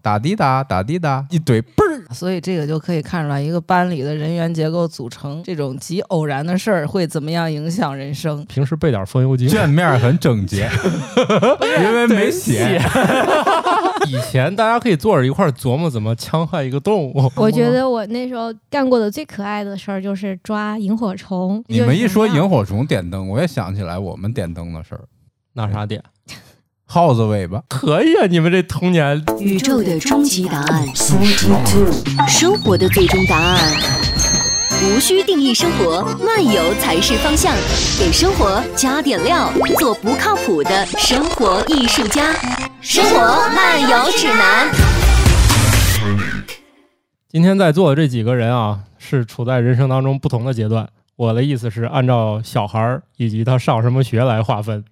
打滴答打滴答，一怼嘣儿，所以这个就可以看出来，一个班里的人员结构组成这种极偶然的事儿会怎么样影响人生。平时背点风油精，卷面很整洁，因为没写。 以前大家可以坐着一块儿琢磨怎么戕害一个动物。我觉得我那时候干过的最可爱的事儿就是抓萤火虫。你们一说就是萤火虫点灯，我也想起来我们点灯的事儿，拿啥点？耗子尾巴。可以啊，你们这童年宇宙的终极答案，生活的最终答案。无需定义生活，漫游才是方向。给生活加点料，做不靠谱的生活艺术家。生活漫游指南。今天在座的这几个人啊，是处在人生当中不同的阶段。我的意思是按照小孩儿以及他上什么学来划分。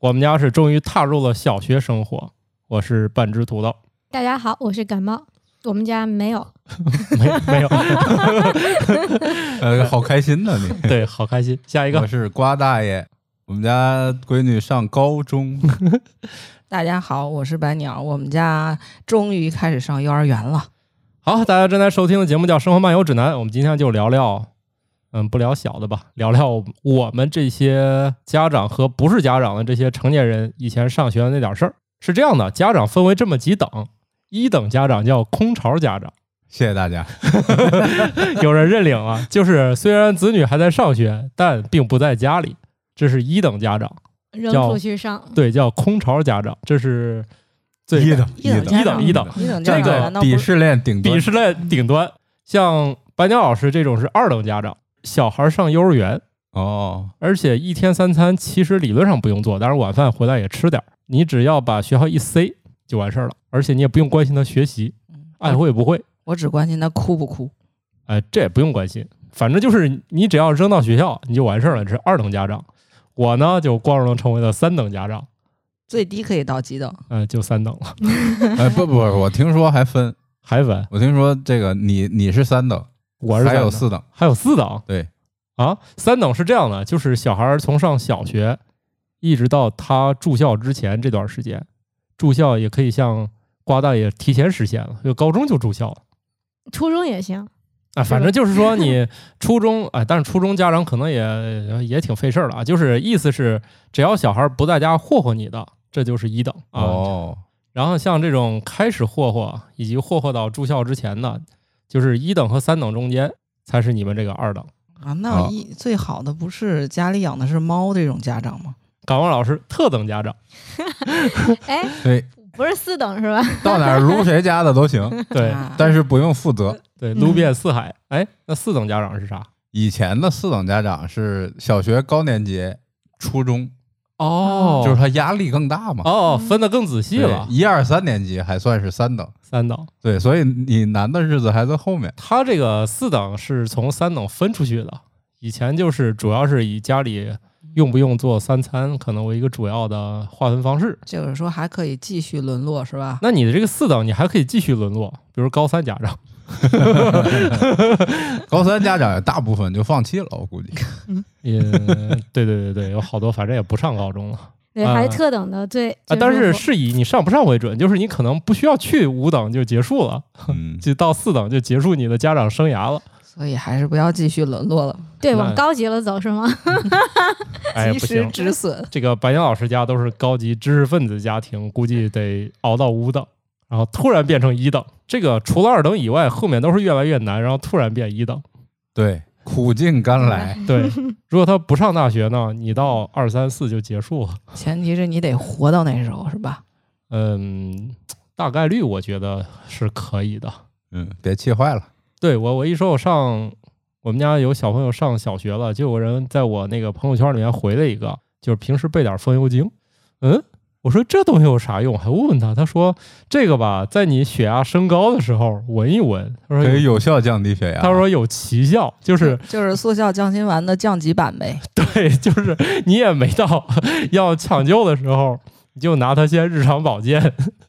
我们家是终于踏入了小学生活，我是半只土豆，大家好，我是感冒，我们家没有。没没有， 呃，好开心呐、你。对，好开心。下一个我是瓜大爷，我们家闺女上高中，大家好，我是白鸟，我们家终于开始上幼儿园了。好，大家正在收听的节目叫《生活漫游指南》，我们今天就聊聊，嗯，不聊小的吧，聊聊我们这些家长和不是家长的这些成年人以前上学的那点事儿。是这样的，家长分为这么几等，一等家长叫空巢家长， 谢谢大家。有人认领啊，就是虽然子女还在上学，但并不在家里，这是一等家长，扔叫出去上，对，叫空巢家长，这是最一等一等等家长一等一等家这长个难道不鄙是视链顶端鄙视链顶端。像白鸟老师这种是二等家长，小孩上幼儿园。哦，而且一天三餐其实理论上不用做，但是晚饭回来也吃点儿。你只要把学校一塞就完事儿了，而且你也不用关心他学习嗯爱会不会，我只关心他哭不哭。哎，这也不用关心。反正就是你只要扔到学校你就完事儿了，这是二等家长。我呢就光荣成为了三等家长，最低可以到几等？呃，就三等了，哎，不不，我听说还分，还稳。我听说这个你你是三等，我是还三有等四等，还有四等，对啊，三等是这样的，就是小孩儿从上小学一直到他住校之前这段时间，住校也可以像瓜大爷提前实现了，就高中就住校了初中也行。啊。反吧正就是说你初中啊，但是初中家长可能也也挺费事儿了啊，就是意思是只要小孩儿不在家霍霍你的，这就是一等啊。哦，然后像这种开始霍霍以及霍霍到住校之前的，就是一等和三等中间才是你们这个二等。啊，那哦一、最好的不是家里养的是猫这种家长吗？感冒老师特等家长。哎，对，不是四等是吧？ 到哪儿撸谁家的都 行，对啊、但是不用负责。对，嗯撸遍四海。哎，那四等家长是啥？以前的四等家长是小学高年级、初中，哦就是他压力更大嘛。哦，分得更仔细对了。一二三年级还算是三等，三等，对，所以你难的日子还在后面。他这个四等是从三等分出去的。以前就是主要是以家里用不用做三餐可能为一个主要的划分方式。就是说还可以继续沦落是吧？那你的这个四等，你还可以继续沦落，比如高三家长。高三家长也大部分就放弃了，我 估计。也对对对对，有好多反正也不上高中了对，啊还特等的最。啊。就但是我是以你上不上为准，就是你可能不需要去五等就结束了，嗯，就到四等就结束你的家长生涯了。所以还是不要继续沦落了，对那往高级了走是吗？ 哎，及不时行，止损。这个白岩老师家都是高级知识分子家庭，估计得熬到五等，然后突然变成一等。这个除了二等以外，后面都是越来越难，然后突然变一等。对，苦尽甘 来。对，如果他不上大学呢，你到二三四就结束了。前提是你得活到那时候是吧？嗯，大概率我觉得是可以的。嗯，别气坏了。对我，我一说我上我们家有小朋友上小学了，就有人在我那个朋友圈里面回了一个，就是平时备点风油精。嗯，我说这东西有啥用？还问问他，他说这个吧，在你血压升高的时候闻一闻，他可说以有，有效降低血压。他说有奇效，就是 就是速效降心丸的降级版呗。对，就是你也没到 要抢救的时候，你就拿它先日常保健。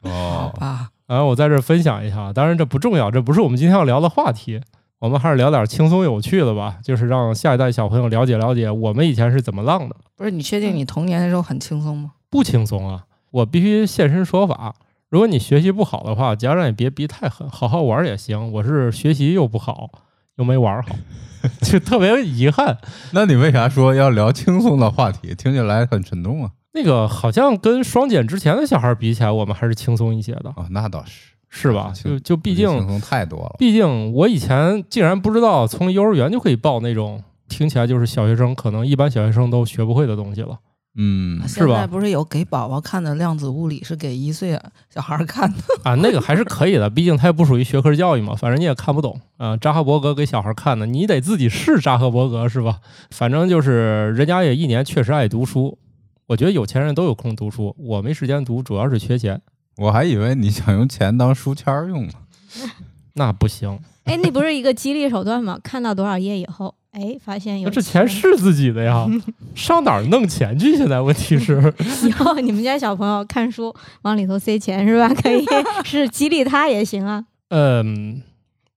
哦，啊，然呃后我在这儿分享一下，当然这不重要，这不是我们今天要聊的话题，我们还是聊点轻松有趣的吧，就是让下一代小朋友了解了解我们以前是怎么浪的，不是你确定你童年的时候很轻松吗？不轻松啊，我必须现身说法。如果你学习不好的话，家长也别逼太狠，好好玩儿也行。我是学习又不好，又没玩儿好，就特别遗憾。那你为啥说要聊轻松的话题？听起来很沉重啊！那个好像跟双减之前的小孩儿比起来，我们还是轻松一些的，哦，那倒是，是吧？轻就就毕竟轻松太多了。毕竟我以前竟然不知道，从幼儿园就可以报那种听起来就是小学生可能一般小学生都学不会的东西了。嗯，是现吧在不是有给宝宝看的量子物理，是给一岁小孩儿看的。啊，那个还是可以的，毕竟它也不属于学科教育嘛，反正你也看不懂啊、扎克伯格给小孩看的，你得自己是扎克伯格是吧？反正就是人家也一年确实爱读书，我觉得有钱人都有空读书，我没时间读，主要是缺钱。我还以为你想用钱当书签儿用呢。那不行，哎，那不是一个激励手段吗？看到多少页以后，哎，发现有那这钱是自己的呀，上哪儿弄钱去？现在问题是，以后你们家小朋友看书往里头塞钱是吧？ 可以是激励他也行啊。嗯，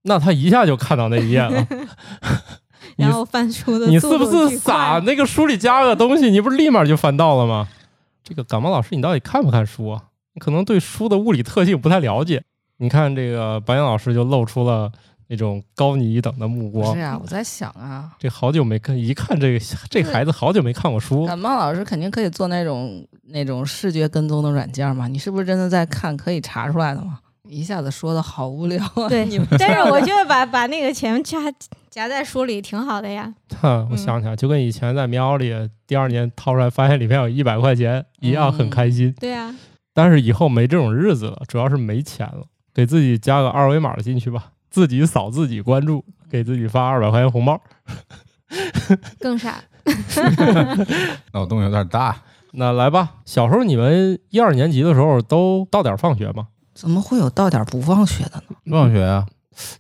那他一下就看到那一页 了。你然后翻书的你速是不度是巨傻快？？那个书里加个东西，你不是立马就翻到了吗？这个感冒老师，你到底看不看书啊？你可能对书的物理特性不太了解。你看这个白岩老师就露出了那种高你一等的目不光是。啊，我在想啊，这好久没看，一看这个这孩子好久没看过书。感冒老师肯定可以做那种那种视觉跟踪的软件嘛？你是不是真的在看？可以查出来的嘛？一下子说的好无聊 啊！对你们，但是我觉得把把那个钱夹夹在书里挺好的呀。哈，嗯我想起来，就跟以前在喵里第二年掏出来发现里面有一百块钱一样，很嗯开心。对啊，但是以后没这种日子了，主要是没钱了，给自己加个二维码进去吧，自己扫自己关注，给自己发二百块钱红包。更傻。脑洞有点嗯大，那来吧，小时候你们一二年级的时候都到点儿放学吗？怎么会有到点不放学的呢？放学啊，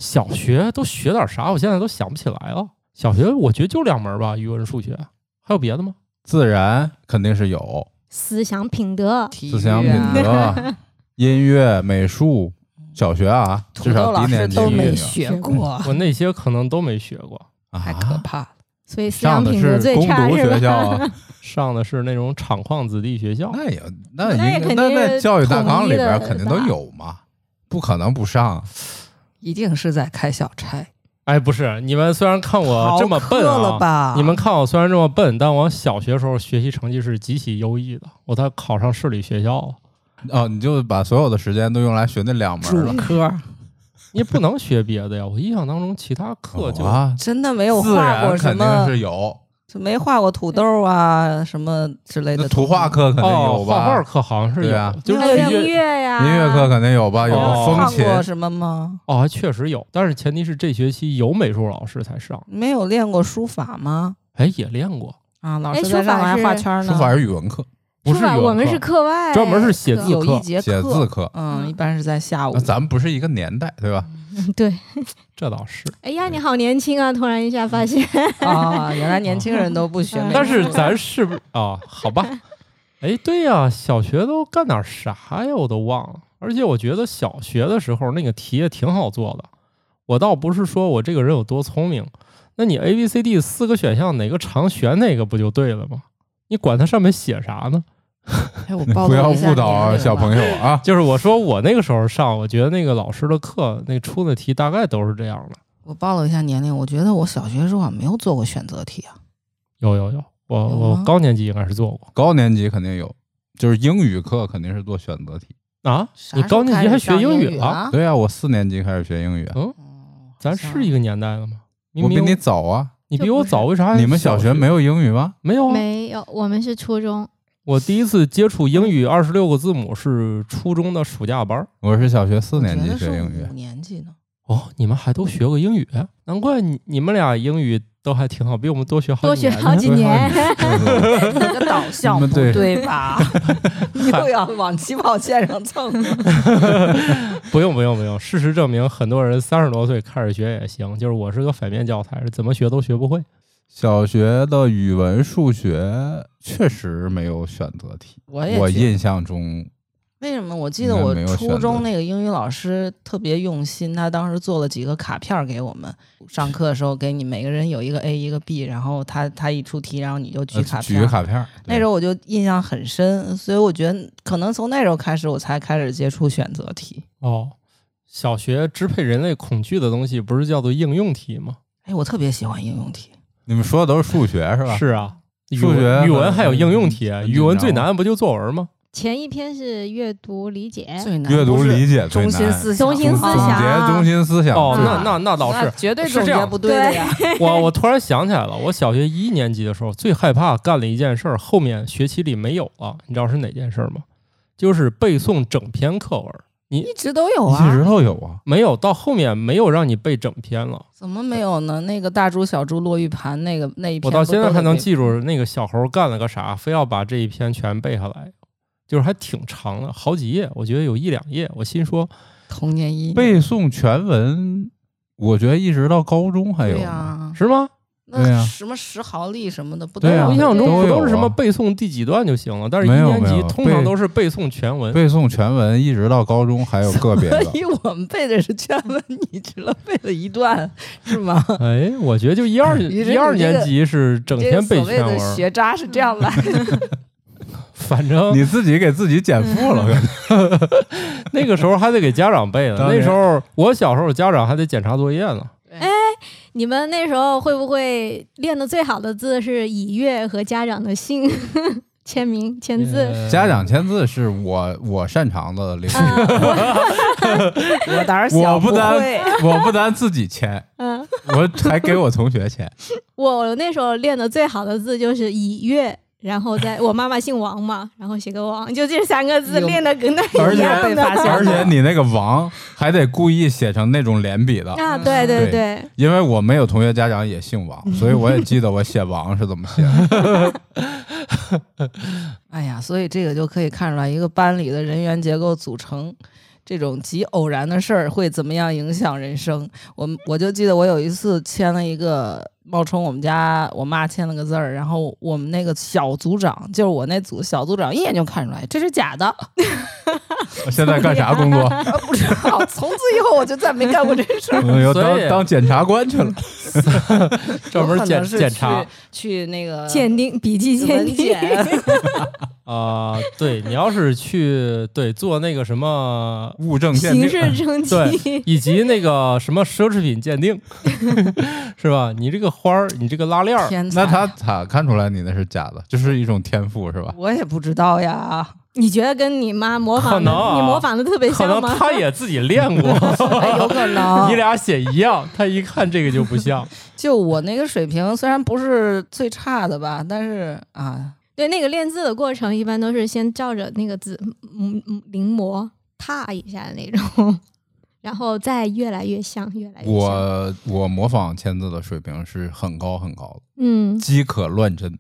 小学都学点啥？我现在都想不起来了。小学我觉得就两门儿吧，语文、数学，还有别的吗？自然肯定是有，思想品德，体思想育品啊， 德、音乐、美术，小学啊，嗯土至豆少老低师年级啊都就有没学过，我那些可能都没学过，嗯啊，太可怕了。所以思上想的品是德最攻差读是学校吧？ 啊，上的是那种厂矿子弟学校。那也那那也应该肯那定在是教育大统纲里一边的肯定都吧有嘛，不可能不上。一定是在开小差，哎，不是，你们虽然看我这么逃笨课了啊，吧？你们看我虽然这么笨，但我小学时候学习成绩是极其优异的，我才考上市里学校了。哦，你就把所有的时间都用来学那两门主了。科你不能学别的呀，我印象当中其他课就有啊，真的没有自画然过什肯定么，是有，就没画过土豆啊什么之类那的。图画，课肯定哦有，画画吧？课好像是有，对啊就是还有体音育乐呀，音乐课肯定有吧？有哦风啊画琴，过什么吗？哦，还确实有，但是前提是这学期有美术老师才上。没有练过书法吗？哎，也练过，啊，老哎师书在上法面还是画圈呢。书法是语文课，不吧？语文我们课是课外，专门是写课字有一课节写字课。嗯，一般是在下午那。咱们不是一个年代，对吧？ 对。这倒是。哎呀，你好年轻啊！突然一下发现，啊，原来年轻人都不学美术。但是咱是不是啊？好 吧，哎，对呀、小学都干点啥呀？我都忘了。而且我觉得小学的时候那个题也挺好做的。我倒不是说我这个人有多聪明，那你 A、B、C、D 四个选项哪个长选哪个不就对了吗？你管它上面写啥呢？哎 我暴不露要一下误导年啊龄小吧朋 友啊！就是我说我那个时候上，我觉得那个老师的课那出的题大概都是这样的。我暴露一下年龄，我觉得我小学时候好像没有做过选择题啊。有有有，我有我吗高年级应该是做过高年级肯定有，就是英语课肯定是做选择题。啊。啥你时候高年开级始还学上英英语了？啊？对啊，我四年级开始学英语啊，嗯，哦咱是一个年代的吗？明我比明你早啊。你比我早，为啥？你们小学没有英语吗？没哦有啊？没有，我们是初中，我第一次接触英语二十六个字母是初中的暑假班儿。我是小学四我年觉级得是学英语五，年级 呢。哦，你们还都学过英语，啊难怪你你们俩英语都还挺好，比我们多学好多几学年好呢。几啊年。你 个导向你不们对 对吧？ 又要往起跑线上蹭了。不用不用不用，事实证明，很多人三十多岁开始学也行。就是我是个反面教材，是怎么学都学不会。小学的语文、数学确实没有选择题，我也我觉得印象中为什么？我记得我初中那个英语老师特别用心，他当时做了几个卡片儿给我们，上课的时候给你每个人有一个 A 一个 B，然后他他一出题，然后你就举呃卡举片儿。卡片儿。对那时候我就印象很深，所以我觉得可能从那时候开始，我才开始接触选择题。哦，小学支配人类恐惧的东西不是叫做应用题吗？哎，我特别喜欢应用题，你们说的都是数学是吧？是啊，语数学文语文还有很应用题，啊很语文最难不就作文吗？前一篇是阅读理解，最难阅不读是理解最难。中心思想，哎中心思总想结中心思想。哦，对啊那那那老师，绝对是总这结样不对的呀。 我我突然想起来了，我小学一年级的时候最害怕干了一件事儿，后面学期里没有了，你知道是哪件事儿吗？就是背诵整篇课文， 一直都有一直啊，都有啊。没有到后面没有让你背整篇了。怎么没有呢？那个大猪小猪落玉盘那个那一篇，我到现在还能。记住那个小猴干了个啥，非要把这一篇全背下来，就是还挺长的，好几页，我觉得有一两页。我心说，童年阴影背诵全文，我觉得一直到高中还有对呢。呀，是吗？对那呀什么十毫粒什么的，不都对啊呀有啊吗我印象中都不有都是什么啊背诵第几段就行了，但是一没有年没级有通常背都是背诵全文。背诵全文一直到高中还有个别的所，以我们背的是全文，你只能背了一段，是吗？ 哎，我觉得就一 二于是一二你这年个级是整这个天背所谓全的文，学渣是这样来的。反 正你自己给自己减负了。感觉那个时候还得给家长背呢。当那年时候我小时候家长还得检查作业呢。你们那时候会不会练的最好的字是以月和家长的姓 签名签嗯字？呃家长签字是我我擅长的领域，啊我胆 我不单会， 我不单自己签，嗯，我还给我同学签。我那时候练的最好的字就是以月。然后在我妈妈姓王嘛，然后写个王，就这三个字有练的跟那 而一且样的。而且你那个王还得故意写成那种连笔的，啊，对对对对，因为我没有同学家长也姓王，所以我也记得我写王是怎么写的。哎呀，所以这个就可以看出来，一个班里的人员结构组成，这种极偶然的事儿会怎么样影响人生。我们我就记得我有一次签了一个冒充我们家我妈签了个字儿，然后我们那个小组长，就是我那组小组长，一眼就看出来这是假的，我现在干啥工作？啊 不知道。从此以后我就再没干过这事儿。嗯，要所以当当检察官去了。 专门我可检能是检查去去那个鉴定笔记鉴文定， 检，啊、对你要是去对做那个什么，物证 鉴刑定，事征对集，以及那个什么奢侈品鉴定， 是吧？你这个花儿，你这个拉链儿，天才那嗯他咋看出来你那是假的？就是一种天赋是吧？我也不知道 呀。你觉得跟你妈模可仿的，能啊你模仿的特别可像能吗？他也自己练 过，哎有可能 你俩写一样，他一看这个就不 像。就我那个水平，虽然不是最差的吧，但是啊，对，那个练字的过程一般都是先照着那个字嗯嗯临摹踏一下那种， 然后再越来越像，越来越像。我我模仿签字的水平是很高很高的，嗯，饥渴乱真。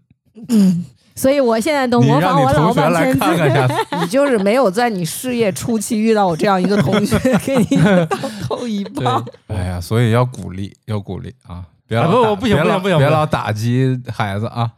所以我现在都你模让仿你我同老学板来签字。看看下 次，你就是没有在你事业初期遇到我这样一个同学，给你当头一 对，棒。哎呀，所以要鼓励，要鼓励啊！别哎老不打不不行别不行老不行别不行老打击孩子啊！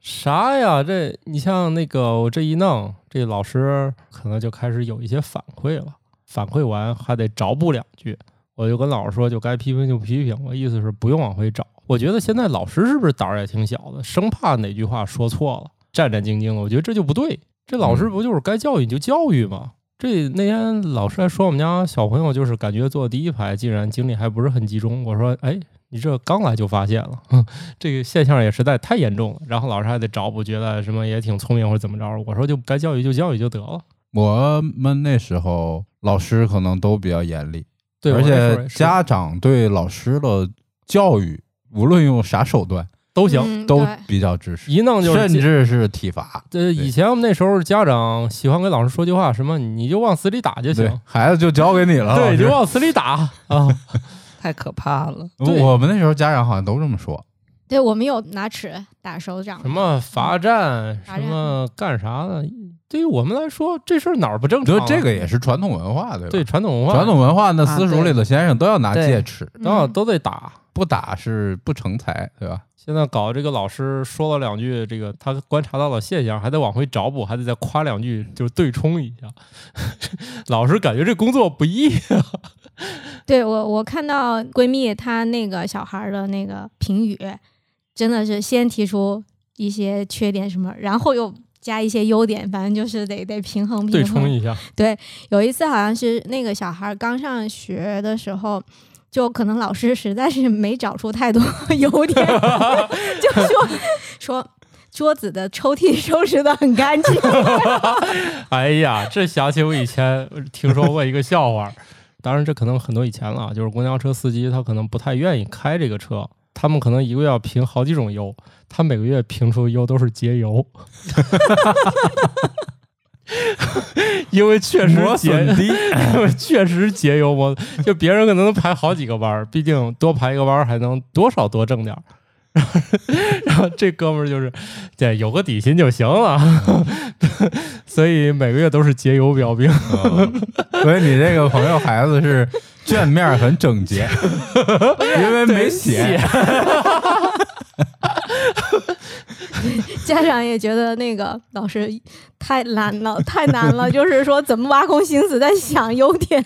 啥呀？这你像那个我这一弄，这老师可能就开始有一些反馈了。反馈完还得找补两句，我就跟老师说，就该批评就批评，我意思是不用往回找。我觉得现在老师是不是胆儿也挺小的，生怕哪句话说错了，战战兢兢的。我觉得这就不对，这老师不就是该教育你就教育吗？这那天老师还说我们家小朋友就是感觉坐第一排，竟然精力还不是很集中。我说，哎，你这刚来就发现了， 哼这个现象也实在太严重了。然后老师还得找补，觉得什么也挺聪明或者怎么着。我说就该教育就教育就得了。我们那时候老师可能都比较严厉，对，而我那时候且也是家长对老师的教育，无论用啥手段，都行，嗯都对比较支持，一弄就是甚至是体罚。呃，以前我们那时候家长喜欢跟老师说句话，什么你就往死里打就对 行，，孩子就交给你了。对，老你师就往死里 打啊。太可怕了！对我们那时候家长好像都这么说。对我们有拿尺打手掌，什么罚站，罚什站么干啥的，对于我们来说这事儿哪儿不正常就啊？这个也是传统文化，对吧？对传统文化，啊传统文化，那啊啊私塾里的先生都要拿对戒尺，嗯都要都得打。不打是不成才，对吧？现在搞这个老师说了两句，这个他观察到了现象，还得往回找补，还得再夸两句，就是对冲一下。 老师感觉这工作不易啊。对我，我看到闺蜜她那个小孩儿的那个评语，真的是先提出一些缺点什么，然后又加一些优点，反正就是得得平衡平衡。对冲一下，有一次好像是那个小孩儿刚上学的时候，就可能老师实在是没找出太多 优 点，就说说桌子的抽屉收拾的很干净。 哎呀，这想起我以前听说过一个笑话儿， 当然这可能很多以前了啊，就是公交车司机他可能不太愿意开这个车，他们可能一个月要评好几种优，他每个月评出优都是 节油， 因为确实磨节损低， 确实节油我就别人可能能排好几个弯儿，毕竟多排一个弯儿还能多少多挣点儿。 然后这哥们儿就是，对，有个底薪就行了， 所以每个月都是节油标兵。嗯所以你这个朋友孩子是卷面很整洁，因为没写。家长也觉得那个老师太难了，太难了，就是说怎么挖空心思在想优点。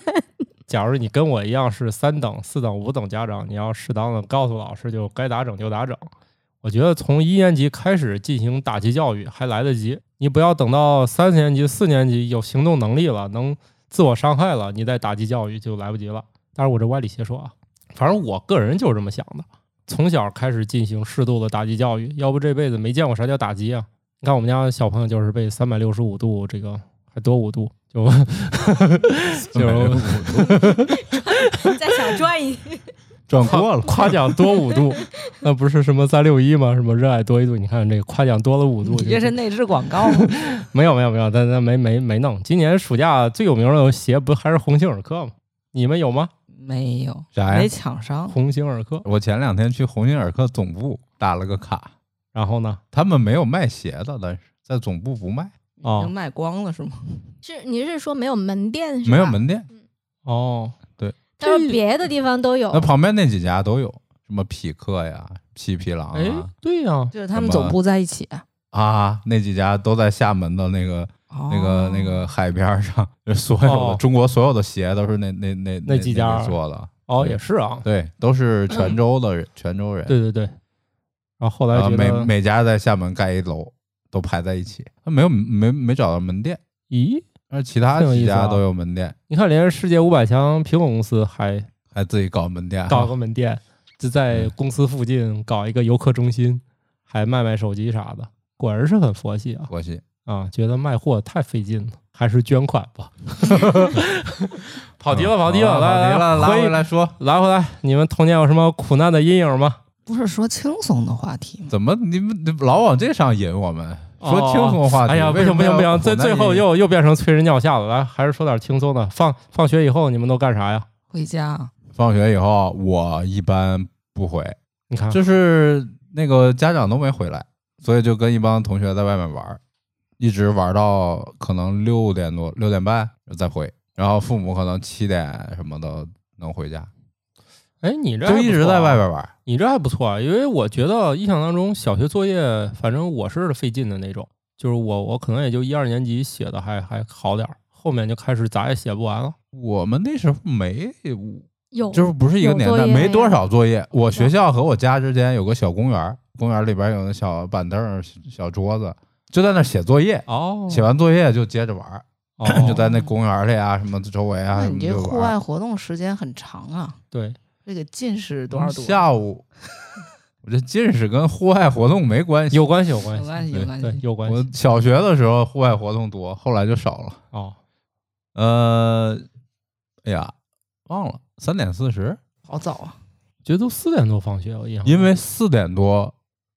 假如你跟我一样是三等、四等、五等家长，你要适当的告诉老师，就该打整就打整。我觉得从一年级开始进行打击教育还来得及，你不要等到三年级、四年级有行动能力了，能自我伤害了，你再打击教育就来不及了。当然，我这歪理邪说啊，反正我个人就是这么想的。从小开始进行适度的打击教育，要不这辈子没见过啥叫打击啊！你看我们家小朋友就是被三百六十五度这个还多五度就 就再小转一，嗯转夸过了，夸奖多五 度，那不是什么三六一吗？什么热爱多一度？你看这个夸奖多了五度，你这是内置广告吗？没有没有没有，咱咱没没没弄。今年暑假最有名的鞋不还是鸿星尔克吗？你们有吗？没有，啥没哎呀？抢上。鸿星尔克，我前两天去鸿星尔克总部打了个卡，然后呢？他们没有卖鞋的，但是在总部不卖，已哦经卖光了是吗？ 是你是说没有门店是吧？没有，门店。哦，但是别的地方都有那。旁边那几家都有，什么匹克呀、七匹狼哎啊，对呀、就是他们总部在一起。啊，那几家都在厦门的那个、哦那个、那个海边儿上，就是所有的、哦中国所有的鞋都是那那那那几家那个做的，哦也是啊，对，都是泉州 的人，泉州人。对对对。然后后来啊，觉每得，每家在厦门盖一楼，都排在一起，他没有没没找到门店，咦，而其他很有几意思家啊都有门店，你看连世界五百强苹果公司还还自己搞门店，搞个门店，就嗯在公司附近搞一个游客中心，还卖卖手机啥的，果然是很佛系啊我去，啊！觉得卖货太费劲了，还是捐款吧。 跑题了，跑题了，嗯好来啊跑题了，拉回回来说，拉回来，你们童年有什么苦难的阴影吗？不是说轻松的话题吗？怎么你们你老往这上引我们？说轻松话题，哎呀，啊不为什行不么行不要行，苦最难最后言语又又变成催人尿下了。来，还是说点轻松的。放放学以后你们都干啥呀？回家放学以后，我一般不回，你看，就是那个家长都没回来，所以就跟一帮同学在外面玩儿，一直玩到可能六点多、六点半再回，然后父母可能七点什么的能回家，哎，你这还就一直不错啊在外边玩儿。你这还不错啊，因为我觉得印象当中小学作业，反正我是费劲的那种，就是我我可能也就一二年级写的还还好点儿，后面就开始咋也写不完了。我们那时候没，有就是不是一个年有代，作业呀没多少作业。我学校和我家之间有个小公园儿，公园里边有那小板凳儿、小桌子，就在那儿写作业。哦，写完作业就接着玩儿，哦就在那公园里啊，什么周围啊，那什么你这就户玩儿外活动时间很长啊，对，这个近视多少度？啊下午，我这近视跟户外活动没关系。有关系有关有系，关系，有关对系。有关我系小学的时候户外活动多，后来就少了。哦。呃，哎呀，忘了三点四十，好早啊！觉得都四点多放学，我印象因为四点多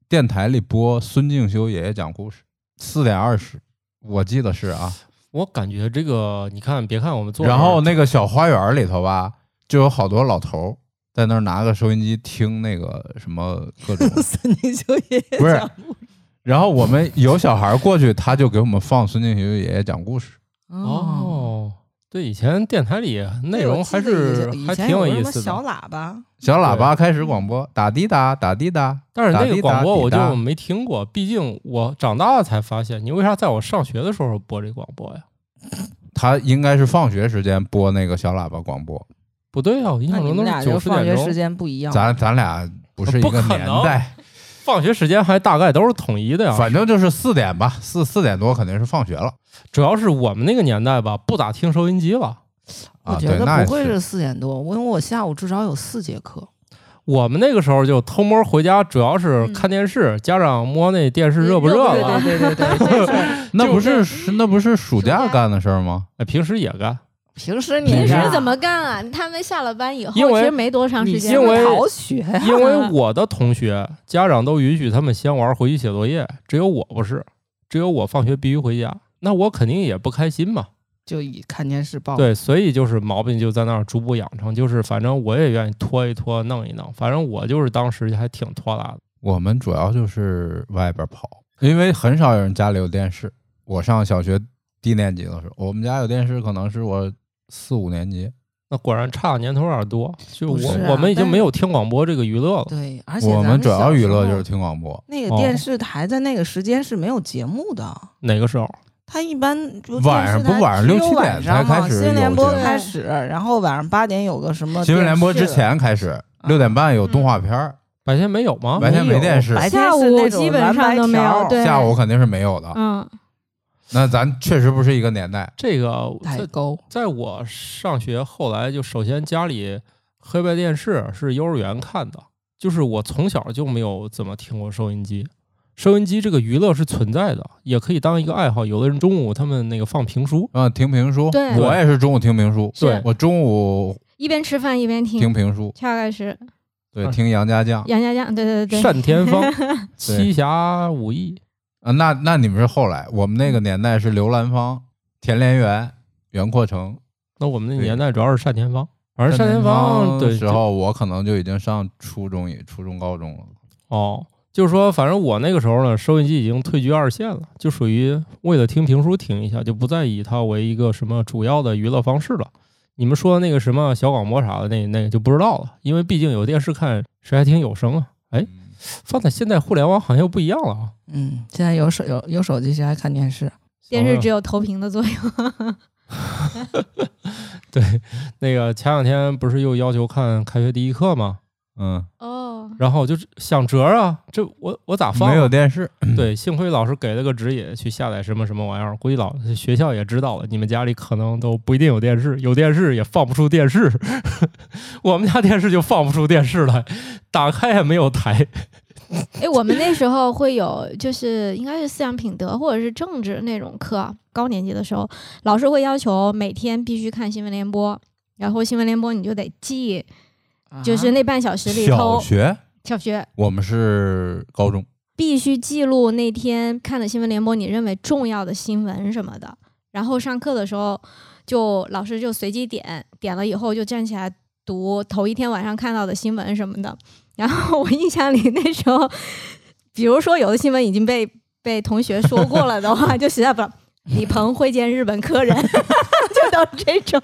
电台里播孙敬修爷爷讲故事，四点二十。我记得是啊，我感觉这个，你看，别看我们做，然后那个小花园里头吧，就有好多老头儿在那儿拿个收音机听那个什么各种森林修爷爷不是 讲故事然后我们有小孩过去，他就给我们放孙敬学爷爷讲故事，哦，对，以前电台里内容还是以还前挺有意什么思小的，喇叭，小喇叭开始广播，打滴答打滴答，但是打那滴个答广播我滴答就没听过，毕竟我长大了才发现，你为啥在我上学的时候播这广播呀？他应该是放学时间播那个小喇叭广播，不对啊呀，我印那象你中都们俩是就九十放学点时钟，间不一样。咱咱俩不是一不个可年能代，放学时间还大概都是统一的呀。反正就是四点吧，四四点多肯定是放学了主要是我们那个年代吧，不咋听收音机了。我啊。觉对，得那不会也是四点多，因为我下午至少有四节课。我们那个时候就偷摸回家，主要是嗯看电视，家长摸那电视热不热啊对了，对对对对，这事儿那不是是那不是暑假干的事儿吗？ 哎平时也干。 平时你平时这怎么干啊？他们下了班以后，因为其实没多长时间因了，为逃学呀？因为 我的同学家长都允许他们先玩，回去写作业，只有我不是，只有我放学必须回家，那我肯定也不开心嘛。就以看电视报。对，所以就是毛病就在那儿逐步养成，就是反正我也愿意拖一拖，弄一弄，反正我就是当时还挺拖拉的。我们主要就是外边跑，因为很少有人家里有电视。我上小学低年级的时候，我们家有电视，可能是我四五年级。那果然差的年头有点多，就不我、是啊我们已经但没有听广播这个娱乐了。对，而且我咱们主小要时娱乐就候是听广播，那哦个电视台在那个时间是没有节目的，哪个时候？它一般就晚电视上不台晚上只六有七晚点上才开嘛始新闻联有播节目开始，然后晚上八点有个什么新闻哦电联播之视前开始，六点半有动画片儿，白天没有吗？白天没电视，白天下是午那基种本蓝上白都没有条儿对下午肯定是没有的。嗯，那咱确实不是一个年代。这个代在沟。在我上学后来，就首先家里黑白电视是幼儿园看的，就是我从小就没有怎么听过收音机。收音机这个娱乐是存在的，也可以当一个爱好。有的人中午他们那个放评书，嗯，听评书，对我也是中午听评书，是我中午一边吃饭一边听，听评书，大概是对，嗯听杨家将杨家将，对对对对，单田芳、七侠五义，啊。那那你们是后来，我们那个年代是刘兰芳、田连元、袁阔成。那我们那对年代主要是单田芳，反正单田芳芳对的时候，我可能就已经上初中也初中高中了。哦，就是说，反正我那个时候呢，收音机已经退居二线了，就属于为了听评书听一下，就不再以它为一个什么主要的娱乐方式了。你们说那个什么小广播啥的，那那个就不知道了，因为毕竟有电视看，谁还听有声啊？哎，嗯放在现在互联网好像又不一样了啊。嗯，现在有手有有手机，谁还看电视？电视哦小只有投屏的作用。对，那个前两天不是又要求看开学第一课吗？嗯，哦，然后我就是想辙啊，这我我咋放啊？没有电视，对，幸亏老师给了个指引，去下载什么什么玩意儿。估计老学校也知道了，你们家里可能都不一定有电视，有电视也放不出电视。 我们家电视就放不出电视来，打开也没有台。 哎，我们那时候会有，就是应该是思想品德或者是政治那种课，啊高年级的时候，老师会要求每天必须看新闻联播，然后新闻联播你就得记，就是啊那半小时里小头，学小学我们是高中，必须记录那天看的新闻联播，你认为重要的新闻什么的。然后上课的时候，就老师就随机点，点了以后就站起来读头一天晚上看到的新闻什么的。 然后我印象里那时候，比如说有的新闻已经被被同学说过了的话，就实在不李鹏会见日本客人， 就到这种。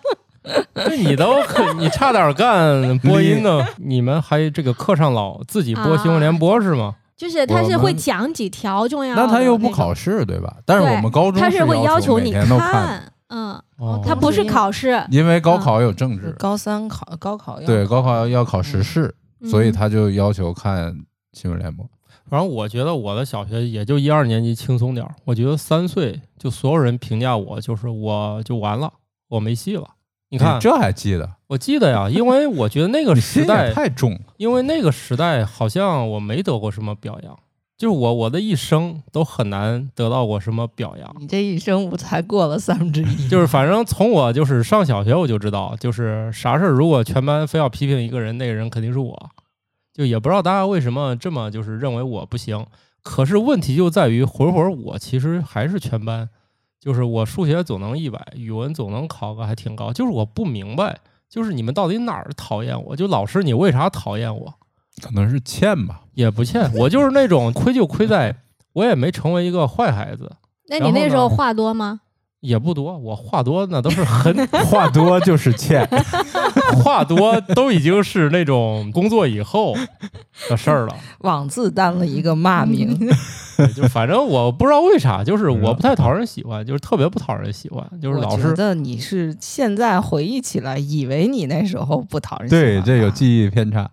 这你都可，你差点干播音呢。你们还这个课上老自己播啊新闻联播是吗？就是他是我们会讲几条重要的那他又不种考试对吧？但是我们高中他是会要求每你天都，嗯，哦，他不是考试，因为高嗯考有政是治，高三考高考要对，高考要考时事，嗯所以他就要求看新闻联播。反正我觉得我的小学也就一二年级轻松点儿，我觉得三岁就所有人评价我就是我就完了，我没戏了。你你看，哎这还记得？我记得呀，因为我觉得那个你时心也代太重了。因为那个时代好像我没得过什么表扬，就是我我的一生都很难得到过什么表扬。你这一生我才过了三分之 一，就是反正从我就是上小学我就知道，就是啥事儿如果全班非要批评一个人，那个人肯定是我。就也不知道大家为什么这么就是认为我不行。可是问题就在于，回会儿我其实还是全班，就是我数学总能一百，语文总能考个还挺高。就是我不明白，就是你们到底哪儿讨厌我？就老师你为啥讨厌我？可能是欠 吧。也不欠，我就是那种亏就亏在我也没成为一个坏孩子。那然你后那时候呢话多吗？也不多，我话多那都是很话多就是 欠， 话多，都已经是那种工作以后的 事儿了。妄自担了一个骂名，对就反正我不知道为啥，就是嗯我不太讨人喜欢，就是特别不讨人喜欢，就是我老觉是得你是现在回忆起来，以为你那时候不讨人喜欢啊对，吧这有记忆偏差。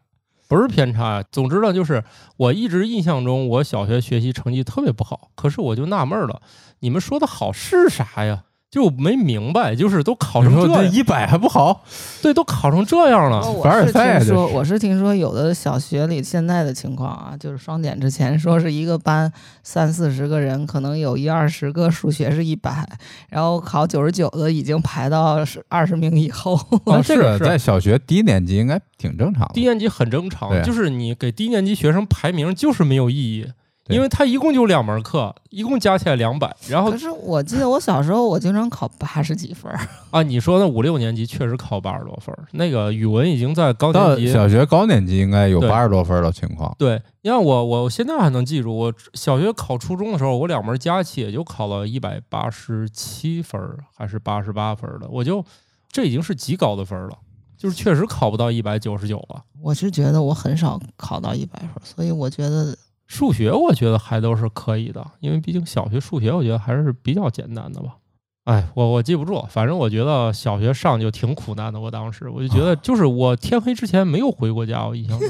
不是偏差呀。总之呢，就是我一直印象中，我小学学习成绩特别不好，可是我就纳闷儿了，你们说的好是啥呀？就没明白，就是都考你成说这这样，一百还不好，对，都考成这样哦了，啊凡尔我是赛听这说，是我是听说有的小学里现在的情况啊，就是双减之前说是一个班三四十个人，可能有一二十个数学是一百，然后考九十九的已经排到是二十名以后。啊啊这是个是在小学低年级应该挺正常低的。年级很正对常，啊就是你给低年级学生排名就是没有意义，对因为他一共就两门课，一共加起来两百，然后可是我记得我小时候，我经常考八十几分儿，啊，你说那五六年级确实考八十多分儿，那个语文已经在高到年级小学高年级应该有对八十多分的情况，对，你看我，我现在还能记住，我小学考初中的时候，我两门加起也就考了一百八十七分儿还是八十八分儿的，我就这已经是极高的分儿了，就是确实考不到一百九十九了。我是觉得我很少考到一百分儿，所以我觉得数学我觉得还都是可以的，因为毕竟小学数学我觉得还是比较简单的吧。哎，我我记不住，反正我觉得小学上就挺苦难的。我当时我就觉啊得，就是我天黑之前没有回过家，我印象中。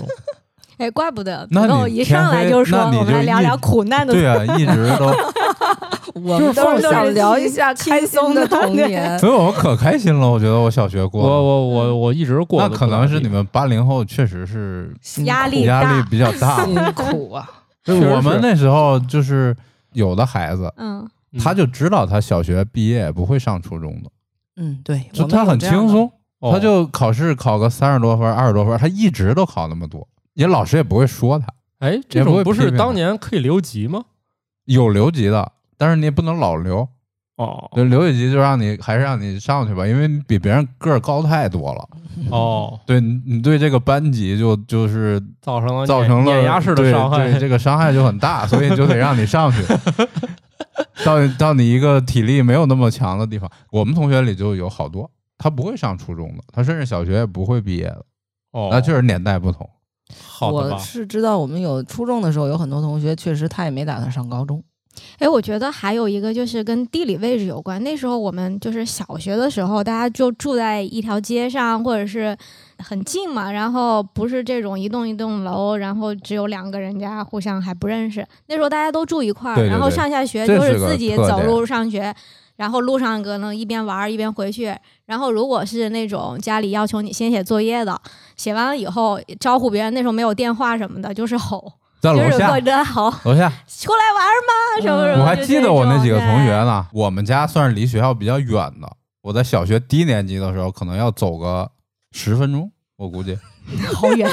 哎，怪不得那子豆你一天上来黑就说那你我们就来聊一聊苦难的对啊，一直 都，我就是们都放是纵想人聊心一下轻开松心的的童对 年。所以我可开心了。我觉得我小学我过了，我我我一直过那得不咋地。可能是你们八零后确实是辛 压苦力压大力比较 大。辛苦啊！就确实我们是那时候就是有的孩子，嗯，嗯他就知道他小学毕业不会上初中的，嗯，对，就我们他有很这样轻的松，哦他就考试考个三十多分、二十多分，他一直都考那么多，也老师也不会说他。哎，这也不种会不批是评当他年可以留级吗？有留级的，但是你也不能老留，哦就留一级就让你还是让你上去吧，因为你比别人个儿高太多了。哦，对你，你对这个班级就就是造成了造碾成了碾压式的对伤害对。这个伤害就很大，所以就得让你上去。到到你一个体力没有那么强的地方，我们同学里就有好多，他不会上初中的，他甚至小学也不会毕业的，哦，那确实年代不同。好的我吧？是知道，我们有初中的时候，有很多同学确实他也没打算上高中。哎，我觉得还有一个就是跟地理位置有关。那时候我们就是小学的时候，大家就住在一条街上，或者是很近嘛，然后不是这种一栋一栋楼，然后只有两个人家互相还不认识。那时候大家都住一块儿，对对然后对上下学这都是是个自己特走点路上学。然后路上可能一边玩儿一边回去，然后如果是那种家里要求你先写作业的，写完了以后招呼别人，那时候没有电话什么的，就是吼，在就楼是下各，人吼楼下，出来玩儿吗？什么什么？我还就记这得我那几个种哎同学，呢，我们家算是离学校比较远的，我在小学低年级的时候，可能要走个十分钟，我估 计。对好远。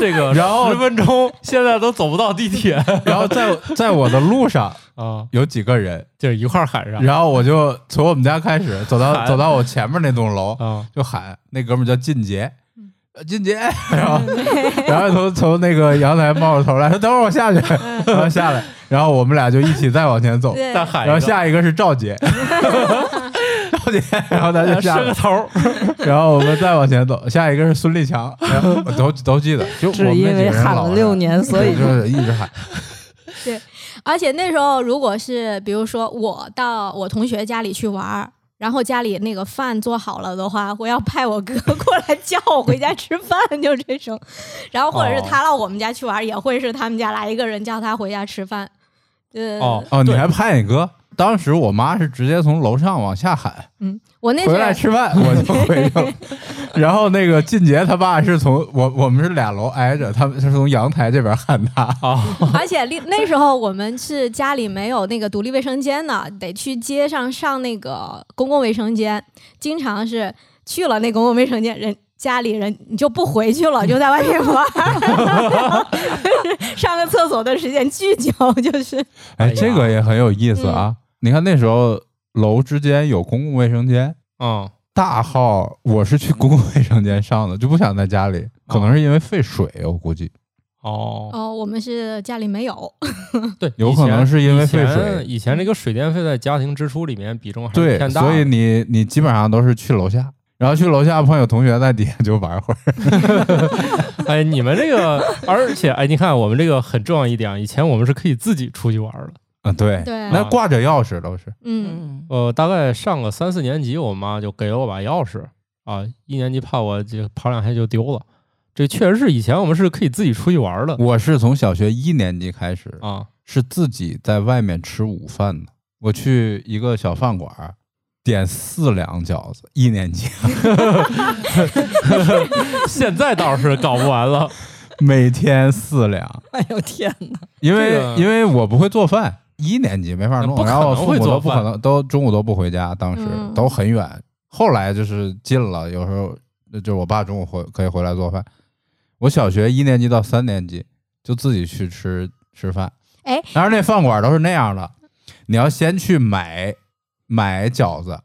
这个 然后十分钟现在都走不到地铁然后在在我的路上啊，有几个人，就是一块儿喊上然后我就从我们家开 始走到喊走到我前面那栋楼，啊。就喊那哥们儿叫进杰，嗯呃进杰，然后 然后从从那个阳台冒出头来，说等会儿我下去，嗯然后下来，然后我们俩就一起再往前走，对再喊一然后个，下一个是赵 杰，赵杰，然后他就下来伸个，头儿，嗯然后我们再往前走，下一个是孙立 强，然后我都都记得，就我只们那因几个为人喊老了人六，年，所以就是一直喊，而且那时候，如果是比如说我到我同学家里去玩儿，然后家里那个饭做好了的话，我要派我哥过来叫我回家吃饭，就这种。 然后或者是他到我们家去玩儿，也会是他们家来一个人叫他回家吃饭。对，哦哦，你对还派你哥。当时我妈是直接从楼上往下喊嗯，我那回来是吃饭，我就回去了。然后那个俊杰他爸是从我我们是俩楼挨着，他们是从阳台这边喊 他。哦而且那那时候我们是家里没有那个独立卫生间的，得去街上上那个公共卫生间。经常是去了那公共卫生间，人家里人你就不回去了，就在外面玩儿，上个厕所的时间巨久，就是哎哎，呀这个也很有意思啊！你看那时候楼之间有公共卫生间，嗯，大嗯号我是去公共卫生间上的，就不想在家里，可能是因为费水，我估计。哦，哦，我们是家里没有，对，有以可能前是因为以费前水以前这个水电费在家庭支出里面比重还是对，偏大的，所以你你基本上都是去楼下，然后去楼下碰有同学在底下就玩会儿。哎，你们这个，而且哎，你看我们这个很重要一点啊，以前我们是可以自己出去玩儿的。啊，对，对那挂着钥匙都是嗯，嗯，呃，大概上个三四年级，我妈就给了我把钥匙啊，一年级怕我这跑两下就丢了。这确实是以前我们是可以自己出去玩儿的我是从小学一年级开始，啊。是自己在外面吃午饭的。我去一个小饭馆儿，点四两饺子，一年级现在倒是搞不 完了， 每天四两， 哎呦天哪！因为、这个因为我不会做饭，一年级没法弄，不可然后父能会母做都不可饭能都中午都不回家，当时、嗯都很远。后来就是近了，有时候就是我爸中午回可以回来做饭。我小学一年级到三年级就自己去吃吃饭，哎，当然那饭馆都是那样的，你要先去买买饺子，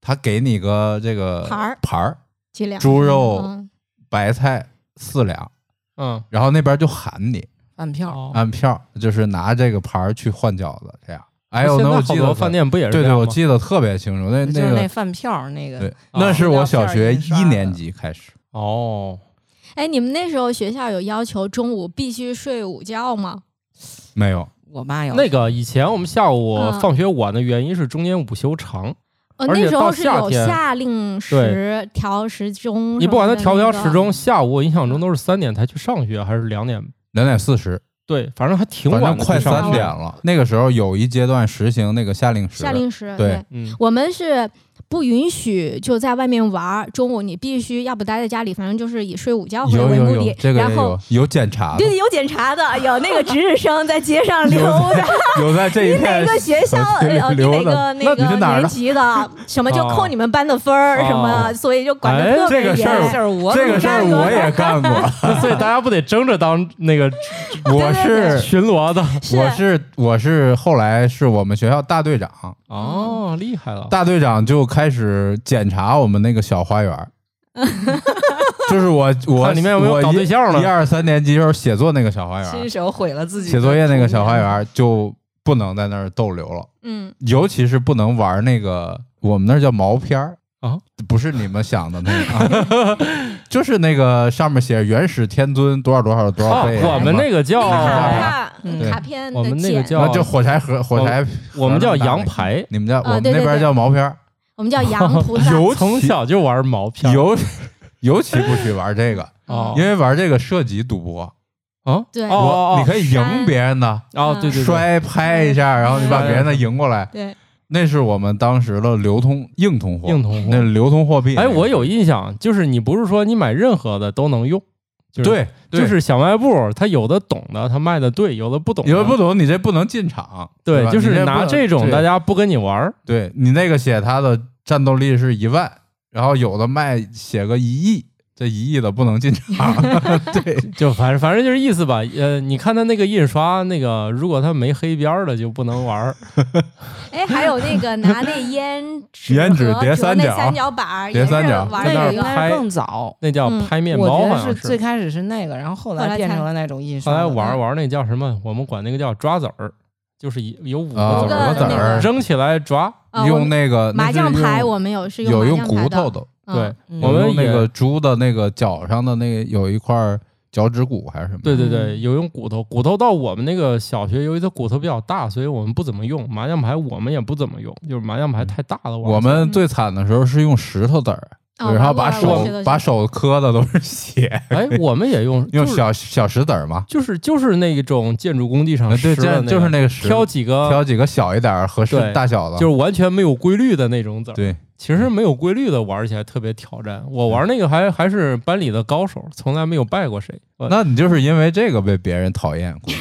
他给你个这个盘儿盘儿，几两猪肉嗯白菜四两，嗯，然后那边就喊你。饭票，哦按票，就是拿这这个牌儿去换饺子，这样。哎呦，现那在我好记多得饭店不也是对这对，样我吗记得特别清楚。那就是那个，饭票那个对，，啊那是我小学一年级开始，哦，哎，你们那时候学校有要求中午必须睡午觉吗？没有我妈嗯有那个以前我们下午嗯放学晚的原因是中间午休长，呃，而且那时到候是夏有天下令时调时钟什么的那个，你不管他调不调时钟，下午我印象中都是三点才去上学，还是两点？两点四十，对，反正还挺反晚正的，快三学点。了。那个时候有一阶段实行那个夏令时，夏令时对嗯，我们是不允许就在外面玩儿，中午你必须要不待在家里，反正就是以睡午觉为有为有目有的，，这个也然后有有检查的，对有检 查的，有那个值日生在街上溜有达，有在这一 你哪片个学校呃你留哪的个那那你是个哪儿年的级 的什么就哦扣你们班的分儿什么，哦所以就管哎得特别这个严。事儿这事儿我这个事儿我也干过，那所以大家不得争着当那个我 是巡逻的？是我是我是后来是我们学校大队长，哦，厉害了！嗯大队长就开始检查我们那个小花园 儿，就是我我看里面有没有我搞对象了一一二三年级时候写作那个小花园亲儿，手毁了自己写作业那个小花园儿就不能在那儿逗留了，嗯，尤其是不能玩那个我们那儿叫毛片儿啊，不是你们想的那个， 啊、就是那个上面写元始天尊多少多少多哦少倍、啊我们那个叫你看看卡嗯片卡片我的们那个剪，然叫后就火柴盒火柴，我们叫羊，排，啊你们叫、我啊们对那对边对叫毛片儿。我们叫杨 菩萨。尤从其小就玩毛片尤尤其不许玩这个，哦因为玩这个涉及赌博，啊，对哦哦你可以赢别人的，哦，对嗯对对，摔拍一下，然后你把别人的赢过来，对，那是我们当时的流通硬通货，硬通货那流通货币。哎，我有印象，就是你不是说你买任何的都能用，就是，对，对就是小卖部，他有的懂的他卖的对，有的不懂的，有的不懂，你这不能进场，对，吧就你是不拿能这种对大家不跟你玩儿，对你那个写他的战斗力是一万，然后有的卖写个一亿。这一亿的不能进 场，对，就反正反正就是意思吧。呃，你看他那个印刷那个，如果他没黑边儿的就不能玩儿。哎，还有那个拿那烟纸烟纸和叠折三那角三角板儿，叠也是三角玩在那儿儿那个哎应这个。该拍是更早，那叫嗯拍面我包，觉好得像最开始是那个，然后后后来来变才成了那种印后刷的。来玩儿玩儿那叫什么？我们管那个叫抓子儿，就是一有五啊，个五子个个子那儿个扔起来抓。啊我用们那个那麻是将用牌，我们有是有麻用将骨牌头的。的，对嗯，，嗯我们用那也个猪的那个脚上的那个有一块脚趾骨还是什么？对对对，有用骨头，骨头到我们那个小学，由于它骨头比较大，所以我们不怎么用麻将牌，我们也不怎么用，就是麻将牌太大了。我们最惨的时候是用石头子儿，哦然后玩过把玩过手这个把手磕的都是 血，哎，我们也用，用就是小小石子儿嘛，就是就是那种建筑工地上啊对，拾这的样就是那个石，挑几个挑几个小一点儿合适对大小的，就是完全没有规律的那种子儿。对，其实没有规律的玩起来特别挑战。我玩那个还还是班里的高手，从来没有败过谁。呃我那你就是因为这个被别人讨厌， 估计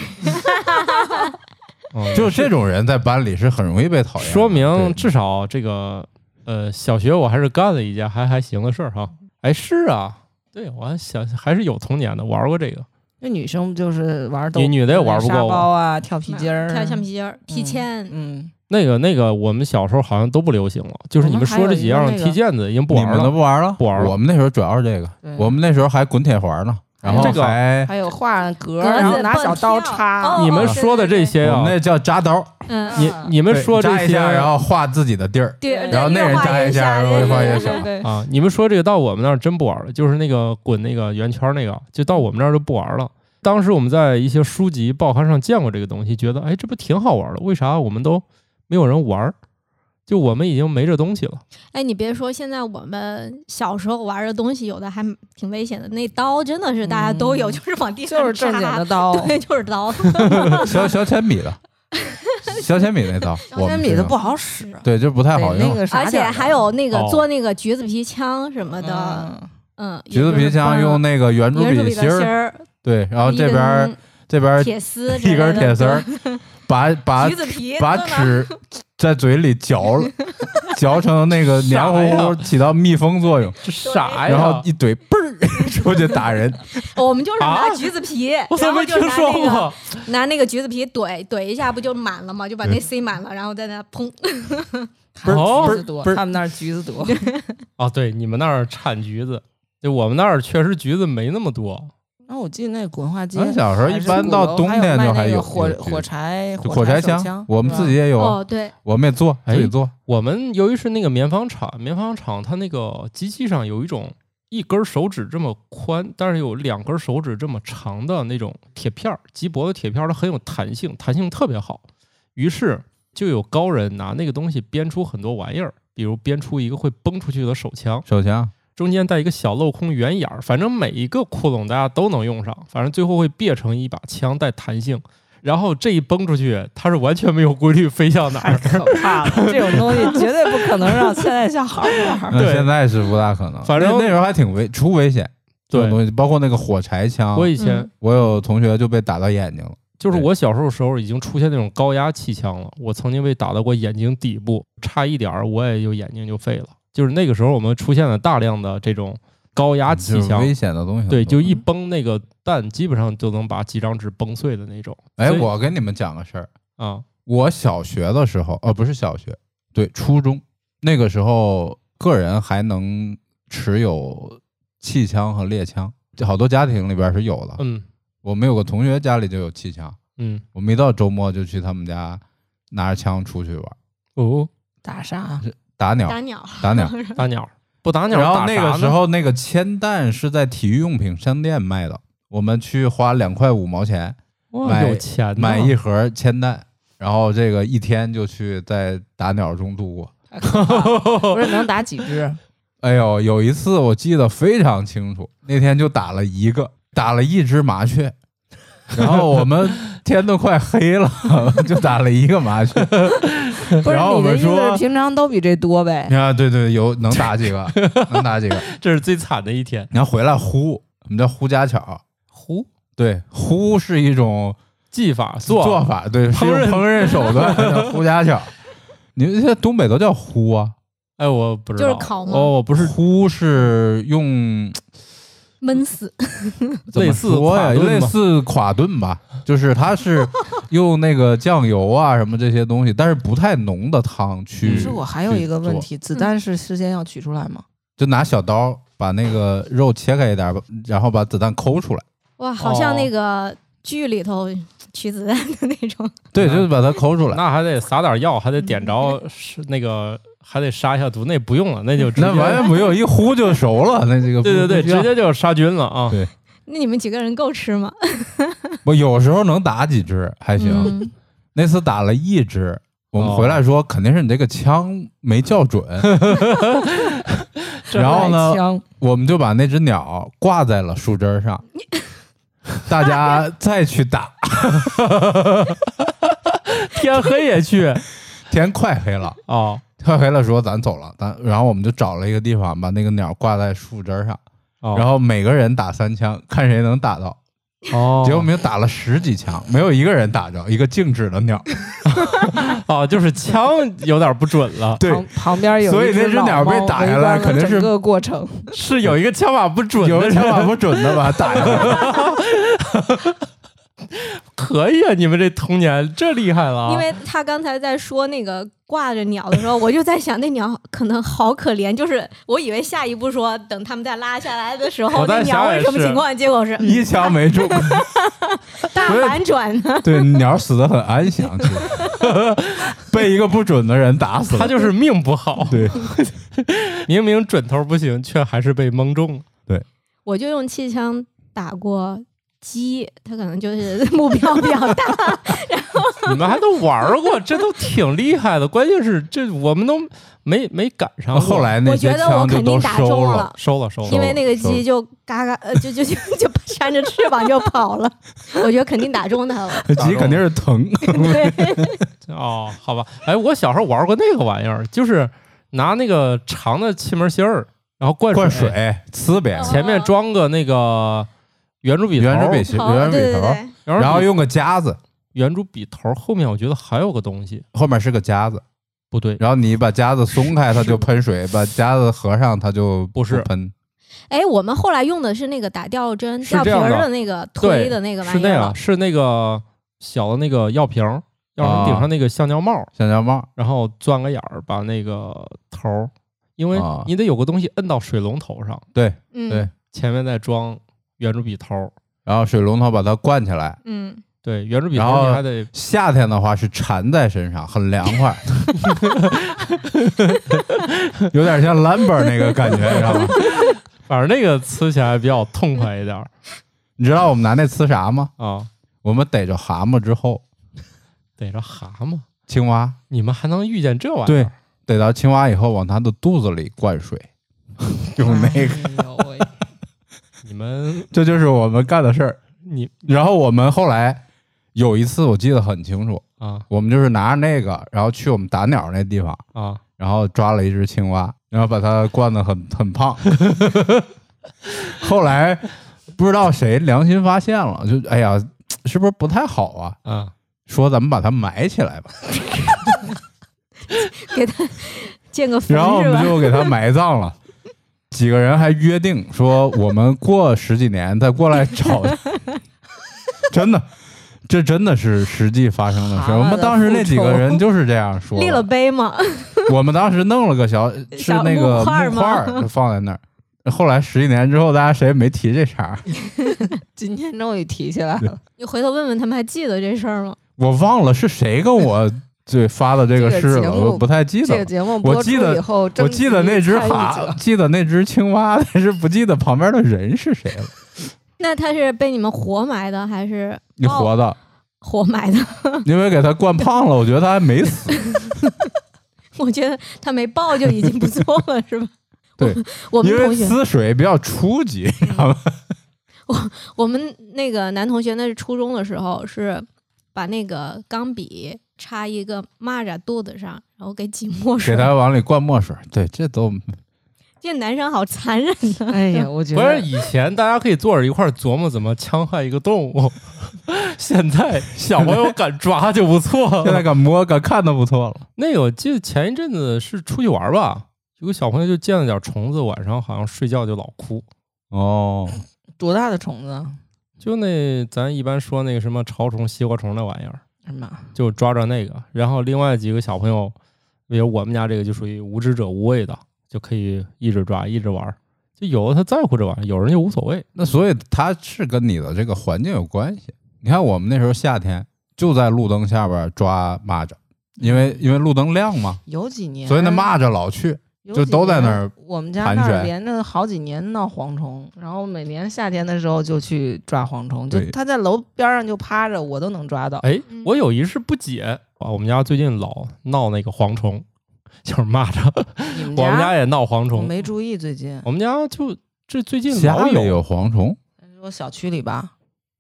嗯就这种人在班里是很容易被讨厌的，说明对至少这个呃小学我还是干了一件还还行的事儿哈。哎，是啊，对我还想还是有童年的，玩过这个。那女生不就是玩儿都你女的也玩不过沙我包啊，跳皮筋儿，跳橡皮筋儿、踢毽，嗯，那个那个，我们小时候好像都不流行了，就是我你们们说这几还有样一个那踢个毽子已经不你玩们都了。不玩了，不玩了我们那时候主要是这个对，我们那时候还滚铁环呢，然后哎这个还还有画格，格子然后拿小刀蹦插跳哦，你们说的这些哦我啊们，那叫扎刀，嗯，你你们对说这扎一些，下，然后画自己的地儿，对，然后那人扎一下，然后越画画越越小小。对， 啊，你们说这个到我们那儿真不玩了，就是那个滚那个圆圈那个，就到我们那儿就不玩了。当时我们在一些书籍、报刊上见过这个东西，觉得哎，这不挺好玩的？为啥我们都没有人玩儿？就我们已经没这东西了。哎，你别说，现在我们小时候玩的东西，有的还挺危险的。那刀真的是大家都有，嗯就是往地上就是正经扎的刀。对，就是刀。小小铅笔的，小铅笔那刀，我铅们笔是的不好使，对，就不 太好得那用。个啥而且点儿的啊还有那个哦做那个橘子皮枪什么的，嗯嗯，橘子皮枪用那个圆珠圆珠笔的芯芯儿，儿，对，然后一这边儿根这边儿铁丝之一根类铁的丝 儿，把把橘子皮把纸在嘴里嚼了，嚼成那个黏糊糊，起到密封作用，这哎啥呀？然后一怼嘣儿出去打人。我们就是啊拿橘 子皮，我怎然么后没就听拿说那个过？ 拿那个橘子皮怼怼一下，不就满了吗？就把对那塞满了，然后在那砰。不是哦不是橘子多，不是他们那儿橘子 多，哦，对，你们那儿产橘子，就我们那儿确实橘子没那么多。然后我记得那个滚化机，咱小时候一般到冬天就还还有卖那有个火有橘子火柴就火柴手枪嗯枪，我们自己是吧也有，，对，我们也做，哎自己做。我们由于是那个棉纺厂，棉纺厂它那个机器上有一种一根手指这么宽，但是有两根手指这么长的那种铁片儿，极薄的铁片儿，它很有弹性，弹性特别好。于是就有高人拿那个东西编出很多玩意儿，比如编出一个会崩出去的手枪，手枪，中间带一个小镂空圆眼儿，反正每一个窟窿大家都能用上，反正最后会别成一把枪带弹性。然后这一崩出去，它是完全没有规律飞向哪太儿，可怕 了！这种东西绝对不可能让现在小孩儿玩儿。那对现在是不大可能。反正那那时候还挺危，出危险。这种对东西，包括那个火柴枪，我以前、嗯我有同学就被打到眼睛了。就是对我小时候时候已经出现那种高压气枪了，我曾经被打到过眼睛底部，差一点儿我也就眼睛就废了。就是那个时候我们出现了大量的这种高压气嗯就是枪，危险的嗯东西很多。对，就一崩那个弹，基本上就能把几张纸崩碎的那种。哎，所以我跟你们讲个事儿，啊，我小学的时候，呃，不是小学，对，初中那个时候，个人还能持有气枪和猎枪，就好多家庭里边是有的。嗯我们有个同学家里就有气枪，嗯，我们一到周末就去他们家拿着枪出去玩，哦，打啊啥？打鸟，打鸟，打鸟。 打鸟不打鸟然后打啥那个时呢，候，那个铅弹是在体育用品商店卖的，我们去花两块五毛钱哇，买有钱呐买一盒铅弹，然后这个一天就去在打鸟中度过。太可怕了不是能打几 只？哎呦，有一次我记得非常清楚，那天就打了一个，打了一只麻雀，然后我们天都快黑了，就打了一个麻雀。不是然后我你的们意思说是平常都比这多呗？ 啊，对对，有能打几个，能打几个。这是最惨的一天。然后回来呼，我们叫呼家巧。胡对，呼是一种技法做做做法，对，是一种烹饪烹饪手段， 叫呼家巧。你们现在东北都叫呼啊？哎，我不知道，就是烤吗哦，我不是嗯呼是用闷死。怎么类似说呀垮炖类吗似垮炖吧，就是它是用那个酱油啊什么这些东西，但是不太浓的汤去。嗯可是我还有一个问去做，题，子弹是事先要取出来吗？就拿小刀把那个肉切开一点儿，然后把子弹抠出来。哇，好像哦那个剧里头取子弹的那种。对，嗯就是把它抠出来。那还得撒点药，还得点嗯着是那个，还得杀一下毒，那不用了，那就直那完接，全不用，一呼就熟了。那 这个不对对对，不需要直接就杀菌了啊对！那你们几个人够吃吗？我有时候能打几只还行。嗯，那次打了一只，我们哦回来说肯定是你这个枪没校 准， 然后呢这还，枪我们就把那只鸟挂在了树枝上，大家再去打。天黑也去啊天快黑了，哦快黑了说咱走了，咱然后我们就找了一个地方把那个鸟挂在树枝上，哦，然后每个人打三枪，看谁能打到。哦，结果我们就打了十几枪，没有一个人打着，一个静止的鸟。，哦，就是枪有点不准 了旁旁边有一所以那只老鸟被猫打围下来观了肯定是整个过程。 是有一个枪法不准有的人人，枪法不准的吧，打下来。 可以啊，你们这童年这厉害了啊。因为他刚才在说那个挂着鸟的时候，我就在想那鸟可能好可怜，就是我以为下一步说等他们再拉下来的时候，我在那鸟想会也什么是情况？结果是一枪没 中，大不是反转呢。对，鸟死的很安详，其 实被一个不准的人打死了。他就是命不好，对，明明准头不行，却还是被 蒙中了。 我就用气枪打过鸡，它可能就是目标比较大。你们还都玩儿过，这都挺厉害的。关键是这我们都没没赶上过。后来那我些觉得我枪就肯定都打中收了，。收了收了，因为那个哦鸡就嘎嘎，呃，就就就就扇着翅膀就跑了， 我觉得肯定打中它 了。鸡肯定是疼，对，哦，好吧，哎，我小时候玩过那个玩意儿，就是拿那个长的气门芯儿，然后灌 灌水呲别人，哦前面装个那个圆珠笔头，圆珠笔芯，跑圆珠对笔对头，对，然后然后用个夹子，圆珠笔头后面我觉得还有个东西，后面是个夹子，不对，然后你把夹子松开，它就喷水；把夹子合上，它就不是喷。哎，我们后来用的是那个打吊针、是吊这瓶样儿的的那个推的那个是玩意那儿样，了。是那个小的那个药瓶儿，药瓶啊顶上那个橡胶帽，橡胶帽然后钻个眼儿，把那个头儿，因为啊你得有个东西摁到水龙头上，嗯，对前面再装圆珠笔头儿。然后水龙头把它灌起来。嗯，对，圆珠笔头然后儿你还得夏天的话是缠在身上，很凉快， 有点像兰博那个感觉，你知道吗？反正那个呲起来比较痛快一点儿你知道我们拿那呲啥吗？啊。我们逮着蛤蟆之后，逮着蛤蟆，青蛙你们还能遇见这玩意儿？对，逮到青蛙以后，往它的肚子里灌水， 用那个，哎呦喂，你们 这就是我们干的事儿。你然后我们后来有一次，我记得很清楚，啊我们就是拿着那个，然后去我们打鸟那地方，啊，然后抓了一只青蛙，然后把它灌得很 很胖。后来不知道谁良心发现了，就哎呀，是不是不太好啊？啊，说咱们把它埋起来吧，给它建 个坟然后我是们吧？就给它埋葬了。几个人还约定说，我们过十几年再过来找它。真的，这真的是实际发生的事。蛤蟆我们当时那几个的复人仇就是这样说的。立了碑 嘛， 我们当时弄了个小是小那个木木块儿吗块儿就放在那儿。后来十几年之后，大家谁也没提这茬儿，今天终于提起来了，你回头问问他们还记得这事儿吗？我忘了是谁跟我对发的这个这个事节了，目我不太记这得个了。节目播我出记得以后，我征记得那集只参与蛤，者记得那只青蛙，但是不记得旁边的人是谁了。那他是被你们活埋的还是你活的，活埋的？ 因为给它灌胖了，我觉得它还没死。我觉得他没爆就已经不错 了，是吧？对 我，我因们为同学，嗯呲水比较初级，我们那个男同学，那是初中的时候，是把那个钢笔插一个蚂蚱肚子上，然后给挤墨 水给。它往里灌墨水。对，这都这男生好残忍呐、 哎呀，我觉不是得以前大家可以坐着一块儿琢磨怎么戕害一个动物， 现在小朋友敢抓就不错 现在了。敢摸敢看都不错了。 那个我记得前一阵子是出去玩儿吧，有个小朋友就见了点虫子，晚上好像睡觉就老哭，哦，多大的虫子啊？就那咱一般说那个什么潮虫、西瓜虫那玩意儿，哎呀妈，就抓着那个。然后另外几个小朋友，比如我们家这个就属于无知者无畏的，就可以一直抓一直玩儿。就有的他在乎这玩意儿，有人就无所谓。那所以它是跟你的这个环境有关系。你看我们那时候夏天就在路灯下边抓蚂蚱，因为因为路灯亮嘛，有几年，所以那蚂蚱老去。有就几都在那年儿我们家盘那儿旋连着好几年闹蝗虫，然后每年夏天的时候就去抓蝗虫，就对它在楼边上就趴着，我都能抓 到。哎嗯，我有一事不解啊，我们家最近老闹那个蝗虫， 就是蚂蚱，你们我们家也闹蝗我虫，没注意最近，我们家就这最近家老里有蝗虫，说小区里吧，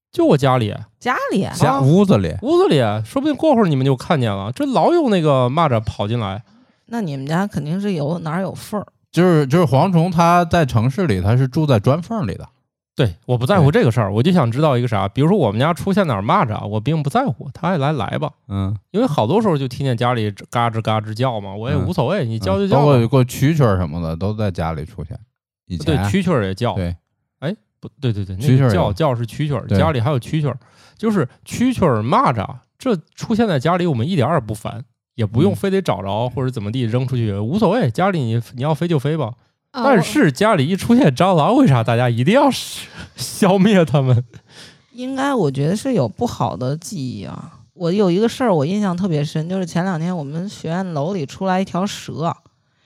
就我家里家里啊家屋子里屋子里，说不定过会儿你们就看见了，这老有那个蚂蚱跑进来，那你们家肯定是有哪儿有缝儿，就是就是蝗虫，它在城市里它是住在砖缝里的，对，我不在乎这个事儿，我就想知道一个啥，比如说我们家出现点蚂蚱，我并不在乎，它爱来来吧，嗯，因为好多时候就听见家里嘎吱嘎吱叫嘛，我也嗯无所谓，你叫就包叫吧。括过蛐蛐儿什么的都在家里出现。以前对，蛐蛐儿也叫。对，哎，不对对对，那蛐蛐个儿叫有叫是蛐蛐儿，对家里还有蛐蛐儿，就是蛐蛐儿、蚂蚱，这出现在家里我们一点儿也不烦，也不用嗯非得找着或者怎么地扔出去，无所谓，家里你你要飞就飞哦吧。呃但我是家里一出现蟑螂，为啥大家一定要 消灭它们？应该我觉得是有不好的记忆啊。我有一个事儿我印象特别深，就是前两天我们学院楼里出来一条蛇，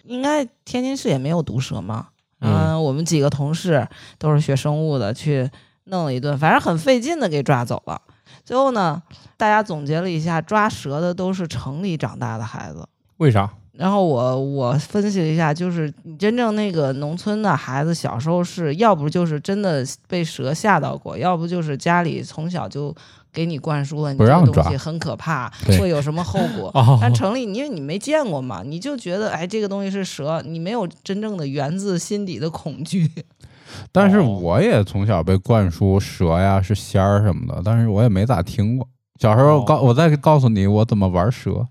应该天津市也没有毒蛇嘛。嗯嗯、我们几个同事都是学生物的，去弄了一顿，反正很费劲的给抓走了。最后呢，大家总结了一下，抓蛇的都是城里长大的孩子。为啥？然后我我分析了一下，就是你真正那个农村的孩子，小时候是要不就是真的被蛇吓到过，要不就是家里从小就给你灌输了你不这让个东抓西很可怕，对会有什么后果。哦，但城里，因为你没见过嘛，你就觉得哎，这个东西是蛇，你没有真正的源自心底的恐惧。但是哦我也从小被灌输蛇呀是仙儿什么的，但是我也没咋听过。小时候哦告、我再告诉你我怎么玩蛇，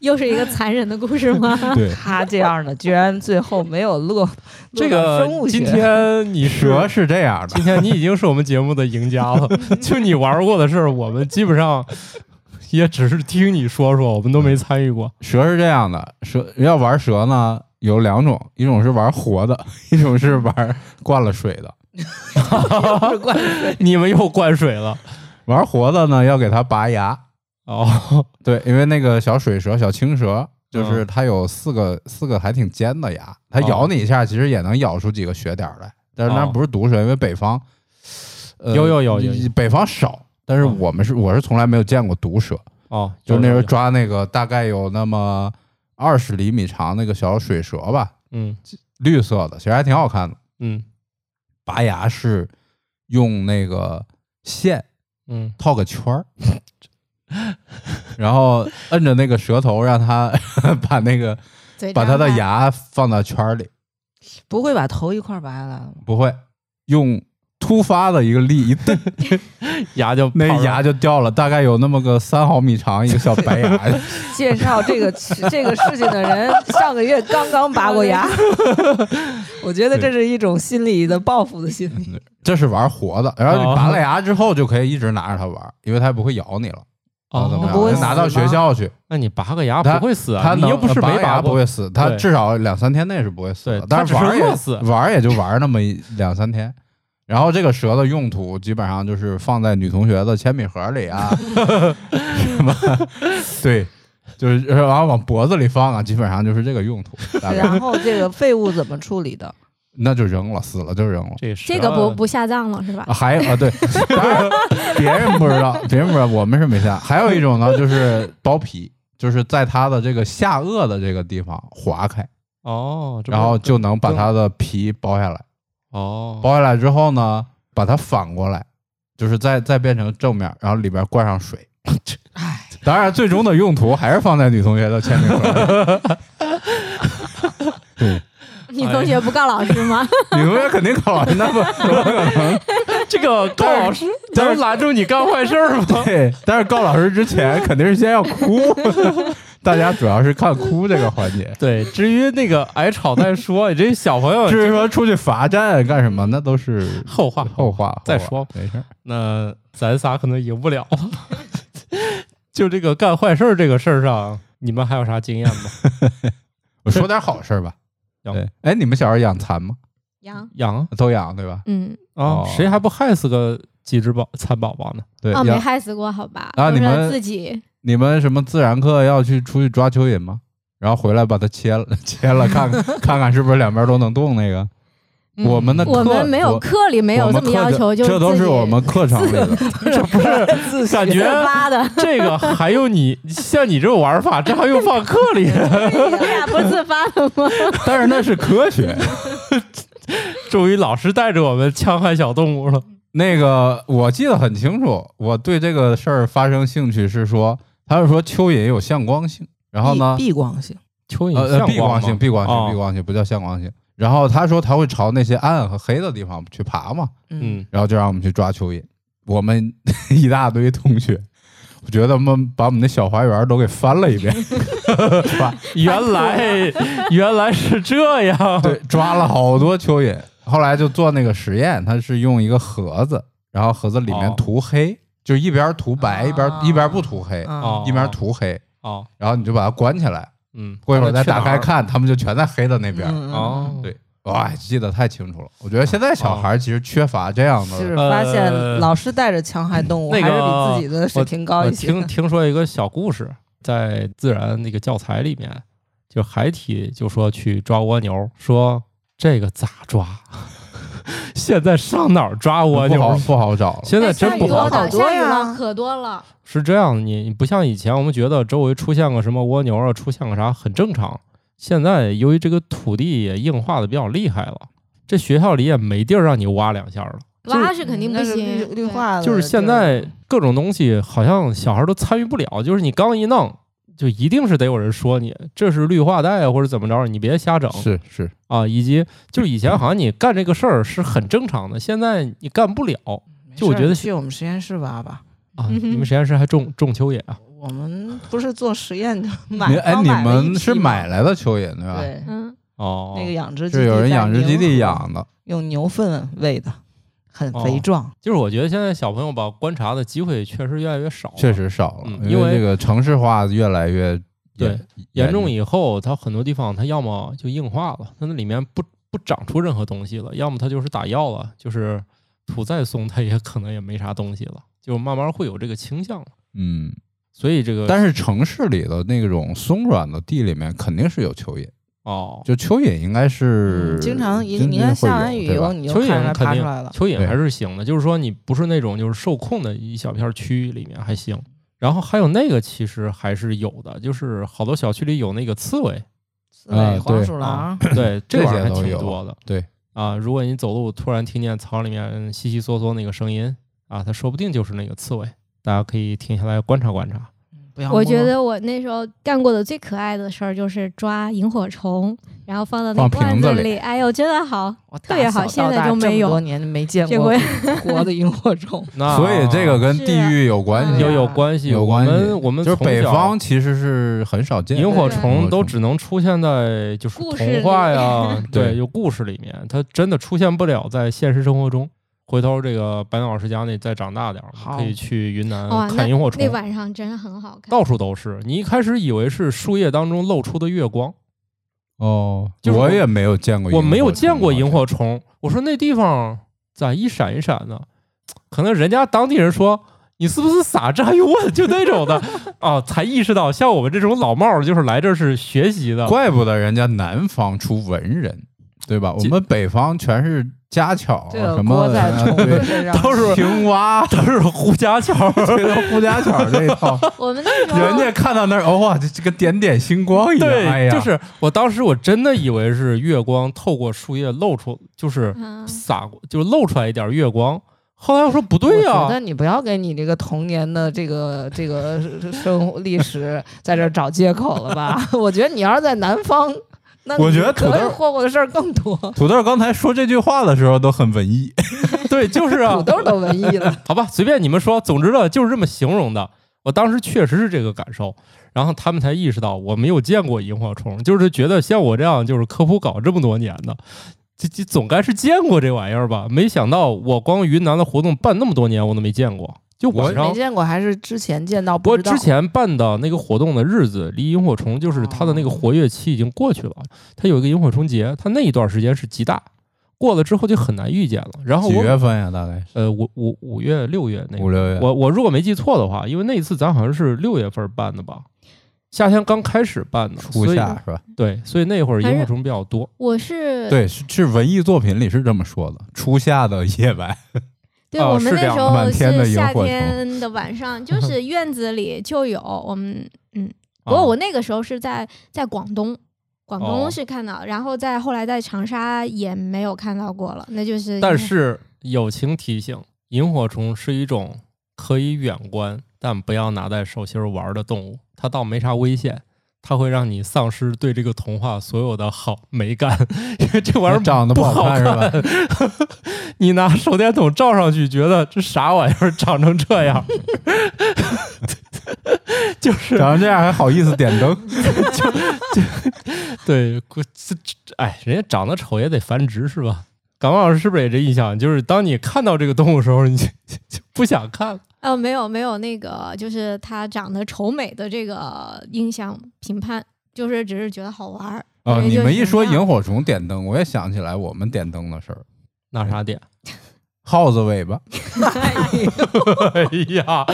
又是一个残忍的故事 吗？啊 对，他这样的，居然最后没有落这落到个生物今学。天你是蛇是这样的今，天你已经是我们节目的赢家了，就你玩过的事儿，我们基本上也只是听你说说，我们都嗯没参与过。蛇是这样的，蛇要玩蛇呢有两种，一种是玩活的， 一种是玩灌了水的。 你们又灌水了玩活的呢要给它拔牙，哦，对，因为那个小水蛇、小青蛇，就是嗯它有四个、四个还挺尖的牙，它咬你一下，其实也能咬出几个血点儿来。但是那哦不是毒蛇，因为北方，呃，有有有有有北方少，但是嗯我们是我是从来没有见过毒蛇，哦，就是那时有候有抓那个大概有那么二十厘米长那个小水蛇吧，嗯绿色的，其实还挺好看的。嗯拔牙是用那个线嗯，套个圈儿，然后摁着那个蛇头，让它 把那个嘴把张它的开牙放到圈儿里，不会把头一块拔下来了吗？不会用突发的一个力一蹬，牙就那 跑上牙就掉了，啊大概有那么个三毫米长一个小白 牙。介绍这个这个事 情的人，上个月刚刚拔过 牙，我觉得这是一种心理的报复的心理。这是玩活的，然后哦你拔了牙之后就可以一直拿着它玩，因为它也不会咬你了。哦，怎么它不会样？死拿到学吗校去，那你拔个牙它不会死啊？它你能呃又不是拔没个牙拔不过会。死，它对至少两三天内是不会死的。对它但只是是玩儿也饿死玩儿也就玩儿那么一两三天。然后这个蛇的用途基本上就是放在女同学的铅笔盒里 啊，什么对，就是然后往脖子里放啊，基本上就是这个用途。大概然后这个废物怎么处理的？那就扔了，死了就扔了。这这个不不不下葬了是吧啊？还有啊，对，当然别人不知道，别人不知道，我们是没下。还有一种呢，就是剥皮，就是在它的这个下颚的这个地方划开，哦，这不然后就能把它的皮剥下来。哦剥下来之后呢，把它反过来，就是再再变成正面，然后里边灌上水。 当然，最终的用途还是放在女同学的铅笔盒里。对，女同学不告老师 吗？ 女同学肯定考完，那不怎么可能？ 这个高老师但是能拦住你干坏事儿吗？对，但是告老师之前肯定是先要哭， 大家主要是看哭这个环 节。对，至于那个挨吵再 说，你这小朋友至于说出去罚站干什么，那都是后话后话，再后话说没事儿。那咱仨可能赢不了 了。就这个干坏事儿这个事儿上，你们还有啥经验 吗？我说点好事儿吧。行对，哎，你们小时候养蚕吗？羊，养啊都养对吧？嗯，啊哦，谁还不害死个几只宝蚕宝宝呢？对，哦，养没害死过，好吧？啊都你是们自己你们什么自然课要去出去抓蚯蚓吗？然后回来把它切了， 切 了看看看看是不是两边都能动那个。我们的课嗯我们没有我课里没有我们这么课要就求，就这都自是己我们课程里的。这不是自感 自觉 发的，这个，还有你像你这种玩法，这还用放课里？啊 你俩 不是自发的吗？但是那是 科学。终于老师带着我们戕害小动物了。那个我记得很清楚，我对这个事儿发生兴趣是说，他是说蚯蚓有向光性，然后呢，避光性，蚯呃蚓呃向避光光性，吗避光性，哦避光性不叫向光性。然后他说他会朝那些暗和黑的地方去爬嘛，嗯，嗯，然后就让我们去抓蚯蚓。我们 一大堆同学，我觉得我们把我们的小花园都给翻了一 遍，抓 原来原来是这样。对抓了好多蚯蚓，后来就做那个实验，他是用一个盒子，然后盒子里面哦涂黑，就一边涂白、一边一边不涂黑，啊哦，一边涂黑，哦，然后你就把它关起来，嗯，过一会儿再去哪打开看，他们就全在黑的那边。嗯哦，对，哇，记得太清楚了。我觉得现在小孩其实缺乏这样的，就是发现呃老是带着强悍动物，那个还是比自己的水平高我啊 一些。呃听听说一个小故事，在自然那个教材里面，就海体就说去抓蜗牛，说这个咋抓？ 现在上哪儿抓蜗不好牛？不好找了。现在下真雨不好了，找好。多下雨呀了，可多了。是这样，你你不像以前，我们觉得周围出现个什么蜗牛啊，出现个啥很正常。现在由于这个土地也硬化的比较厉害了，这学校里也没地儿让你挖两下了。就是挖是肯定嗯不那是行绿，绿对化的就是现在各种东西好像小孩都参与不了，就是你刚一弄，就一定是得有人说你这是绿化带啊，或者怎么着，你别瞎整是是，啊。以及就是以前好像你干这个事儿是很正常的，现在你干 不了没就我事儿觉得你是去我们实验室挖吧，啊。嗯哼你们实验室还种种蚯蚓啊？我们不是做实验的，买你哎，刚你买了一们批是吗买来的蚯蚓对吧？对嗯，哦，那个养殖基是有地人在养殖基宁地河，养的，用牛粪喂的，很肥哦壮。就是我觉得现在小朋友吧，观察的机会确实越来越少，确。实少了，嗯因因为这个城市化越来越对严严重一以后，它很多地方它要么就硬化了，它那里面不不长出任何东西了；要么它就是打药了，就是土再松，它也可能也没啥东西了，就慢慢会有这个倾向了。嗯，所以这个但是城市里的那种松软的地里面肯定是有蚯蚓，哦，就蚯蚓应该是嗯经常一真你的看会下有完雨以对吧后，你就看蚯它蚓肯爬出定来了。蚯蚓对还是行的，就是说你不是那种就是受控的一小片区域里面还行。然后还有那个其实还是有的，就是好多小区里有那个刺猬，刺猬、哎啊黄对鼠狼， 对，这这玩意儿些还都挺有多的。对啊，如果你走路突然听见草里面悉悉嗦嗦那个声音啊，它说不定就是那个刺猬。大家可以停下来观察观察。不要我摸觉得我那时候干过的最可爱的事儿就是抓萤火虫，然后放到那放瓶罐子子里里。哎呦，真的好！我特别打好小现到在大就这没么有多年没见这过回 活的萤火虫。哦 那所以这啊个跟是地域有关系，嗯有啊有关系，有我关系们我们就是从北小方其实是很少见的萤火对虫都只能出现在就是故事童里 话呀，对对，有故事里面，它真的出现不了在现实生活中。回头这个白鸟老师家那再长大点儿，我好们可以去云嗯南哇，那看萤火虫那，晚上真的很好看。到处都是。你一开始以为是树叶当中露出的月光，哦，就是我我也没有见过，我没有见过萤，火虫。我说那地方咋一闪一闪的？可能人家当地人说你是不是傻子？还用问？就那种的啊，才意识到像我们这种老帽儿就是来这儿是学习的。怪不得人家南方出文人，对吧？我这们北方全是家巧啊这个什啊锅么在 虫子对身上，都是青蛙，都是胡 家桥，这都胡家巧这一 套，我们那时候哦人家看到那儿，哦哇，这这个点点星光啊一样，哎对，呀，就是我当时我真的以为是月光透过树叶露出，就是嗯洒过，就露出来一点月光。后来我说不对啊呀、我觉得你不要给你这个童年的这个这个生活历 史在这儿找借口了吧？ 我觉得你要是在南方，那我觉得土豆可能霍霍的事儿更多，土豆刚才说这句话的时候都很文艺，对，就是土 啊，豆都文艺了。好吧，随便你们说，总之呢就是这么形容的。我当时确实是这个感受，然后他们才意识到我没有见过萤火虫，就是觉得像我这样就是科普搞这么多年的，这这总该是见过这玩意儿吧？没想到我光云南的活动办那么多年，我都没见过。就晚上没见过，还是之前见到不不过知道。之前办的那个活动的日子，离萤火虫就是它的那个活跃期已经过去了。它有一个萤火虫节，它那一段时间是极大，过了之后就很难遇见了。然后几啊我月份呀？大概是呃五五五月六月那五个，六月，我我如果没记错的话，因为那一次咱好像是六月份办的吧，夏天刚开始办的，初所以夏是吧？对，所以那会儿还是萤火虫比较多。我是对，是是文艺作品里是这么说的，初夏的夜晚，对，哦我们是那这样时的满候天的是萤夏火虫天的晚 上，就是院子里就有我们嗯，不哦啊过我那个时候是在在广东，广哦东是看到，然后在后来在长沙也没有看到过了，那就是因为但是友情提醒，萤火虫是一种可以远观但不要拿在手心儿玩的动物，它倒没啥危险。它会让你丧失对这个童话所有的好美感， 因为 这玩意儿长得不好看是吧？ 你拿手电筒照上去，觉得这啥玩意儿长成这样， 就是长成这样还好意思点 灯？对，这这哎，人家长得丑也得繁殖是吧？感冒老师是不是也这印象？就是当你看到这个动物的时候，你就就不想看了。呃，没有没有那个，就是他长得丑美的这个印象评判，就是只是觉得好玩儿。啊！对你就们是一这说样萤火虫点灯，我也想起来我们点灯的事儿，拿啥点？ 耗子尾巴。哎呀，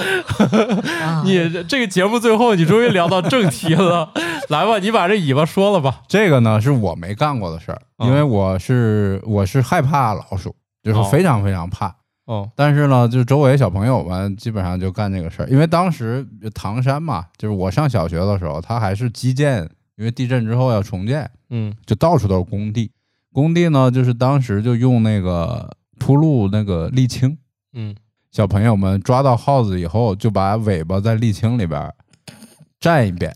啊你这这个节目最后你终于聊到正题了， 来吧，你把这尾巴说了吧。这个呢是我没干过的事儿，嗯因为我是我是害怕老鼠，就是哦非常非常怕。哦，但是呢，就周围小朋友们基本上就干这个事儿，因为当时唐山嘛，就是我上小学的时候，它还是基建，因为地震之后要重建，嗯就到处都是工地。工地呢，就是当时就用那个铺路那个沥青，嗯，小朋友们抓到耗子以后，就把尾巴在沥青里边儿蘸一遍，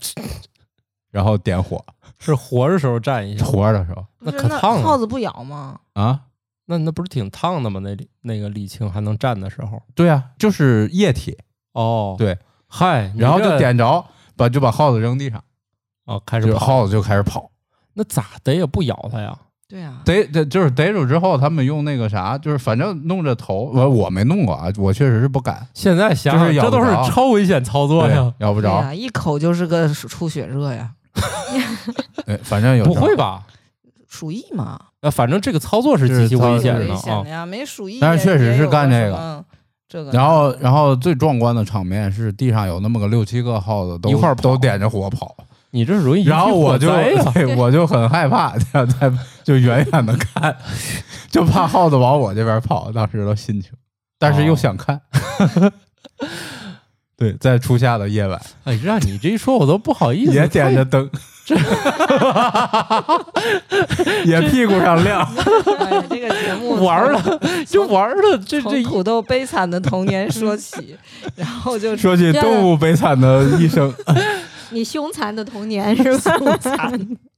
然后点火，是活着时候蘸一下，活着的时候不那是可烫耗了。子不咬吗？啊。那那不是挺烫的吗？那里那个沥青还能蘸的时候。对啊，就是液体，哦，对，嗨，你然后就这点着，把就把耗子扔地上，哦，开始就跑。耗子就开始跑，那咋逮也不咬它呀？对啊，逮逮就是逮住之后，他们用那个啥，就是反正弄着头，我我没弄过啊，我确实是不敢，现在想想，就是咬这不都着是超危险操作呀对！，咬不不着，一口就是个暑出血热呀，对，哎反正有不会吧？吧？鼠疫嘛，呃，反正这个操作是就是极其操危作险是的危啊险的。呀，没鼠疫，但是确实是干这个个，嗯这个，然后然后最壮观的场面是地上有那么个六七个耗子都一块儿跑都点着火跑，你这容易引起然后我就火灾啊 呀对我就很害怕，在在就远远的看，就怕耗子往我这边跑，当时的心情，但哦是又想看。 对，在初夏的夜晚，哎，让你这一说，我都不好意思。也点着灯，也屁股上亮，哎呀这个节目 太玩儿了，就玩儿了。这从这土豆悲惨的童年说起， 然后 就说起动物悲惨的一生，你凶残的 童年是吧？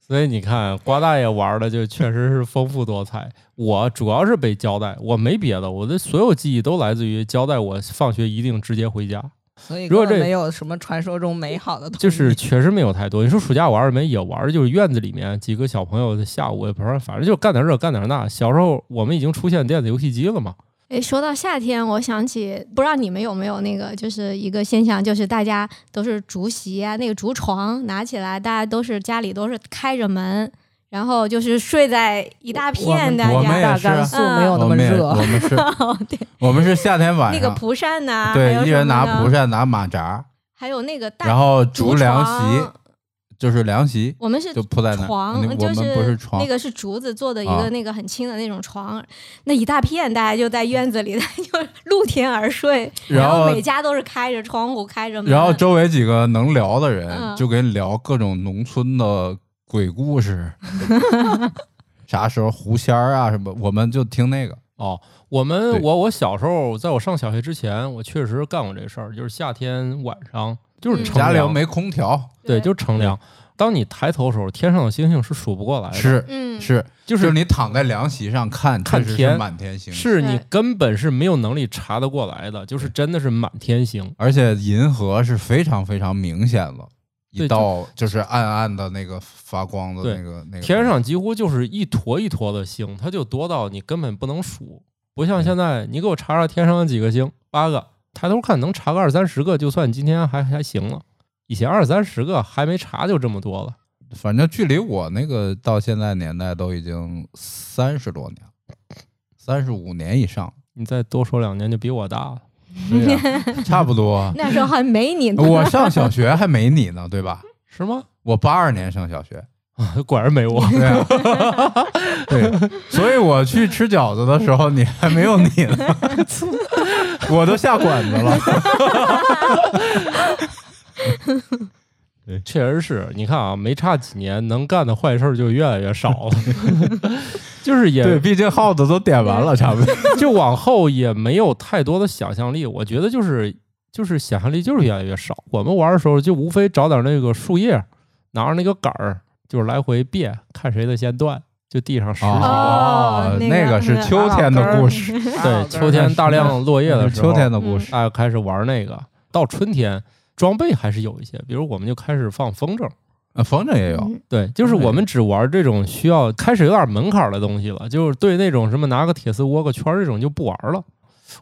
所以你看，瓜大爷玩的就确实是丰富多彩。我主要是被交代，我没别的，我的所有记忆都来自于交代我放学一定直接回家，所以如果根本这没有什么传说中美好的童年，就是确实没有太多。你说暑假玩什么也玩，就是院子里面几个小朋友的下午，也不是反正就干点这干点那。小时候我们已经出现电子游戏机了嘛，诶，说到夏天，我想起不知道你们有没有那个，就是一个现象，就是大家都是竹席啊，那个竹床拿起来，大家都是家里都是开着门，然后就是睡在一大片，大我们家也大是啊甘肃没有那我么们也 热我，们 是，哦对，我们是夏天晚那个上，蒲扇呐、还有对，一人什么拿呢蒲，扇，拿马扎，还有那个大然后竹竹凉席床，，就是凉席，我们是就铺在那儿。床你就我们不是床，那个是竹子做的一啊个那个很轻的那种床，那一大片大家就在院子里， 大家就露天而睡，然后后每家都是开着窗户开着门，然后周围几个能聊的人嗯就给你聊各种农村的鬼故 事，啥时候狐仙儿啊什么，我们就听那个。哦，我们对我我小时候，在我上小学之前，我确实干过这事儿，就是夏天晚上就是嗯乘家里又凉，没空调，对，就是乘凉。当你抬头的时候，天上的星星是数不过来的，是嗯是，就就是是你躺在凉席上看，看确实是天满天星，是你对。根本是没有能力查得过来的，就是真的是满天星。而且银河是非常非常明显的。一对就道就是暗暗的那个发光的对那个那个天上几乎就是一坨一坨的星，它就多到你根本不能数。不像现在，你给我查查天上有几个星，八个，抬头看能查个二三十个，就算今天还还行了。以前二三十个还没查就这么多了。反正距离我那个到现在年代都已经三十多年，三十五年以上，你再多说两年就比我大了。对呀、 差不多那时候还没你呢，我上小学还没你呢，对吧？是吗？ 我八二年上小学，果然没我。 对、啊，对，所以我去吃饺子的时候，你还没有你呢， 我都下馆子了。确实是你看啊，没差几年，能干的坏事儿就越来越少了， 就对，是也毕竟耗子都点完了，差不多。就往后也没有太多的想象力。我觉得就是就是想象力就是越来越少。我们玩的时候就无非找点那个树叶，拿着那个杆儿，就是来回别，看谁的先断，就地上拾起来。哦哦，那个是秋天的故 事，哦对，秋天大量落叶的时嗯候，哎秋天的故事。大家开始玩那个。到春天，装备还是有一些，比如我们就开始放风筝，呃，风筝也有，嗯对，就是我们只玩这种需要开始有点门槛儿的东西了，就是对那种什么拿个铁丝窝个圈儿这种就不玩了。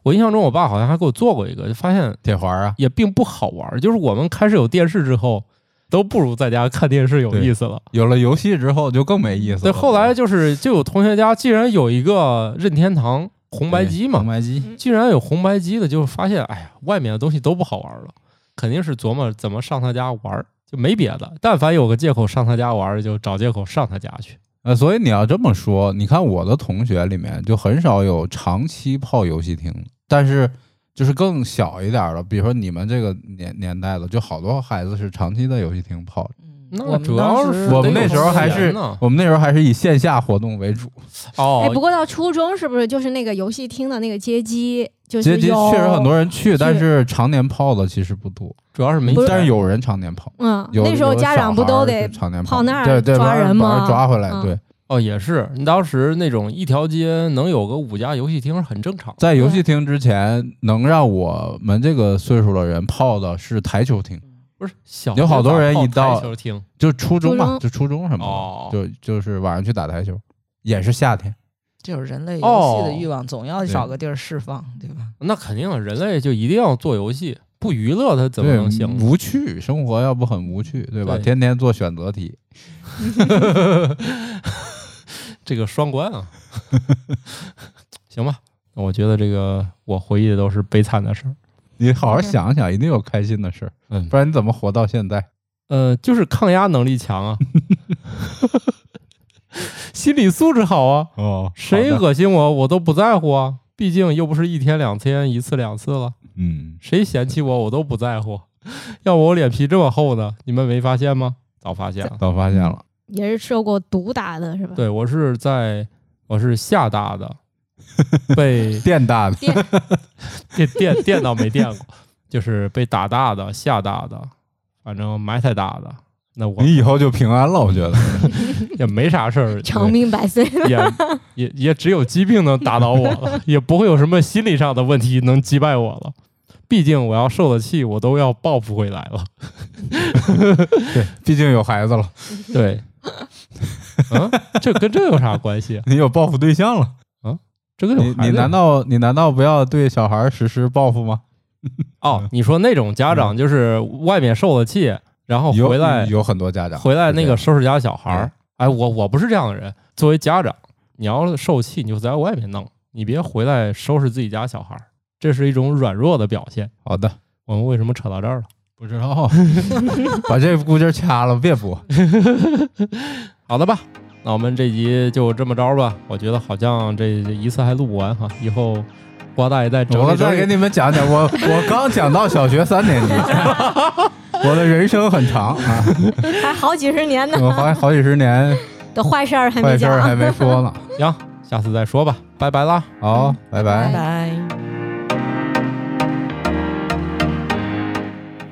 我印象中，我爸好像还给我做过一个，就发现铁环啊，也并不好玩儿。就是我们开始有电视之后，都不如在家看电视有对意思了。有了游戏之后就更没意思了。对，后来就是就有同学家既然有一个任天堂红白机嘛红，白机，既然有红白机的，就发现哎呀，外面的东西都不好玩了，肯定是琢磨怎么上他家玩儿，就没别的。但凡有个借口上他家玩儿，就找借口上他家去。呃，所以你要这么说，你看我的同学里面就很少有长期泡游戏厅，但是就是更小一点儿的，比如说你们这个年年代的，就好多孩子是长期在游戏厅泡。嗯那我们主当要时是我们得那有时候还资源是呢我们那时候还是以线下活动为主，哎，不哦，过到初中是不是就是那个游戏厅的那个街机，就是街机确实很多人，人去，但是常年泡的其实不多，主要是没不是但钱是有人常年泡。嗯，有那时候有的家小长不孩都儿得是常年跑泡那儿对对抓把人把吗抓回来，嗯对，哦，也是。当时那种一条街能有个五家游戏厅是很正常的。在游戏厅之前，能让我们这个岁数的人泡的是台球厅，不是小有好多人一到嗯球厅就初中嘛，初中就初中什么的，哦就就是晚上去打台球，也是夏天。这就是人类游戏的哦欲望，总要找个地儿释放，对吧？那肯定啊人类就一定要做游戏，不娱乐它怎么对能行？无趣，生活要不很无趣，对吧？对天天做选择题，嗯 这个双关啊， 行吧。那我觉得这个我回忆的都是悲惨的事儿。你好好想想，一定有开心的事儿，嗯不然你怎么活到现在？呃，就是抗压能力强 啊，心理素质好啊，哦，谁好的恶心我我都不在乎啊，毕竟又不是一天两天一次两次了，嗯，谁嫌弃我我都不在乎。要我脸皮这么厚呢，你们没发现吗？早发现了。早发现了，也是受过毒打的是吧？对我是在我是厦大 的，被电大的电电电到没电过，就是被打大的、吓大的，反正埋汰大的。那我你以后就平安了，我觉 得。也没啥事儿，长命百岁。 也也也只有疾病能打倒我了， 也不会有什么心理上的问题能击败我了。毕竟我要受的气，我都要报复回来了。对，毕竟有孩子了，对， 嗯，这跟这有啥关系啊？你有报复对象了，这跟有你孩你子难道你难道不要对小孩儿实施报复吗？哦？你说那种家长就是外面受了气，然后嗯有哦回来有很多家长回来那个是收拾家小孩儿，哎，我我不是这样的人。作为家长，你要是受气，你就在外面弄，你别回来收拾自己家小孩儿，这是一种软弱的表现。这样好的，我们为什么扯到这儿了？不知道， 把这估计儿掐了，别播。好的吧，那我们这集就这么着吧。我觉得好像这这一次还录不完哈，以后瓜大爷再整我理整再给理。你们讲讲， 我我刚讲到小学三年级，我的人生很长啊，还好几十年呢我好好几十年的坏事 儿还嗯坏事没讲儿。还没说 呢。行，下次再说吧，拜拜啦。好，拜拜拜。拜。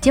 节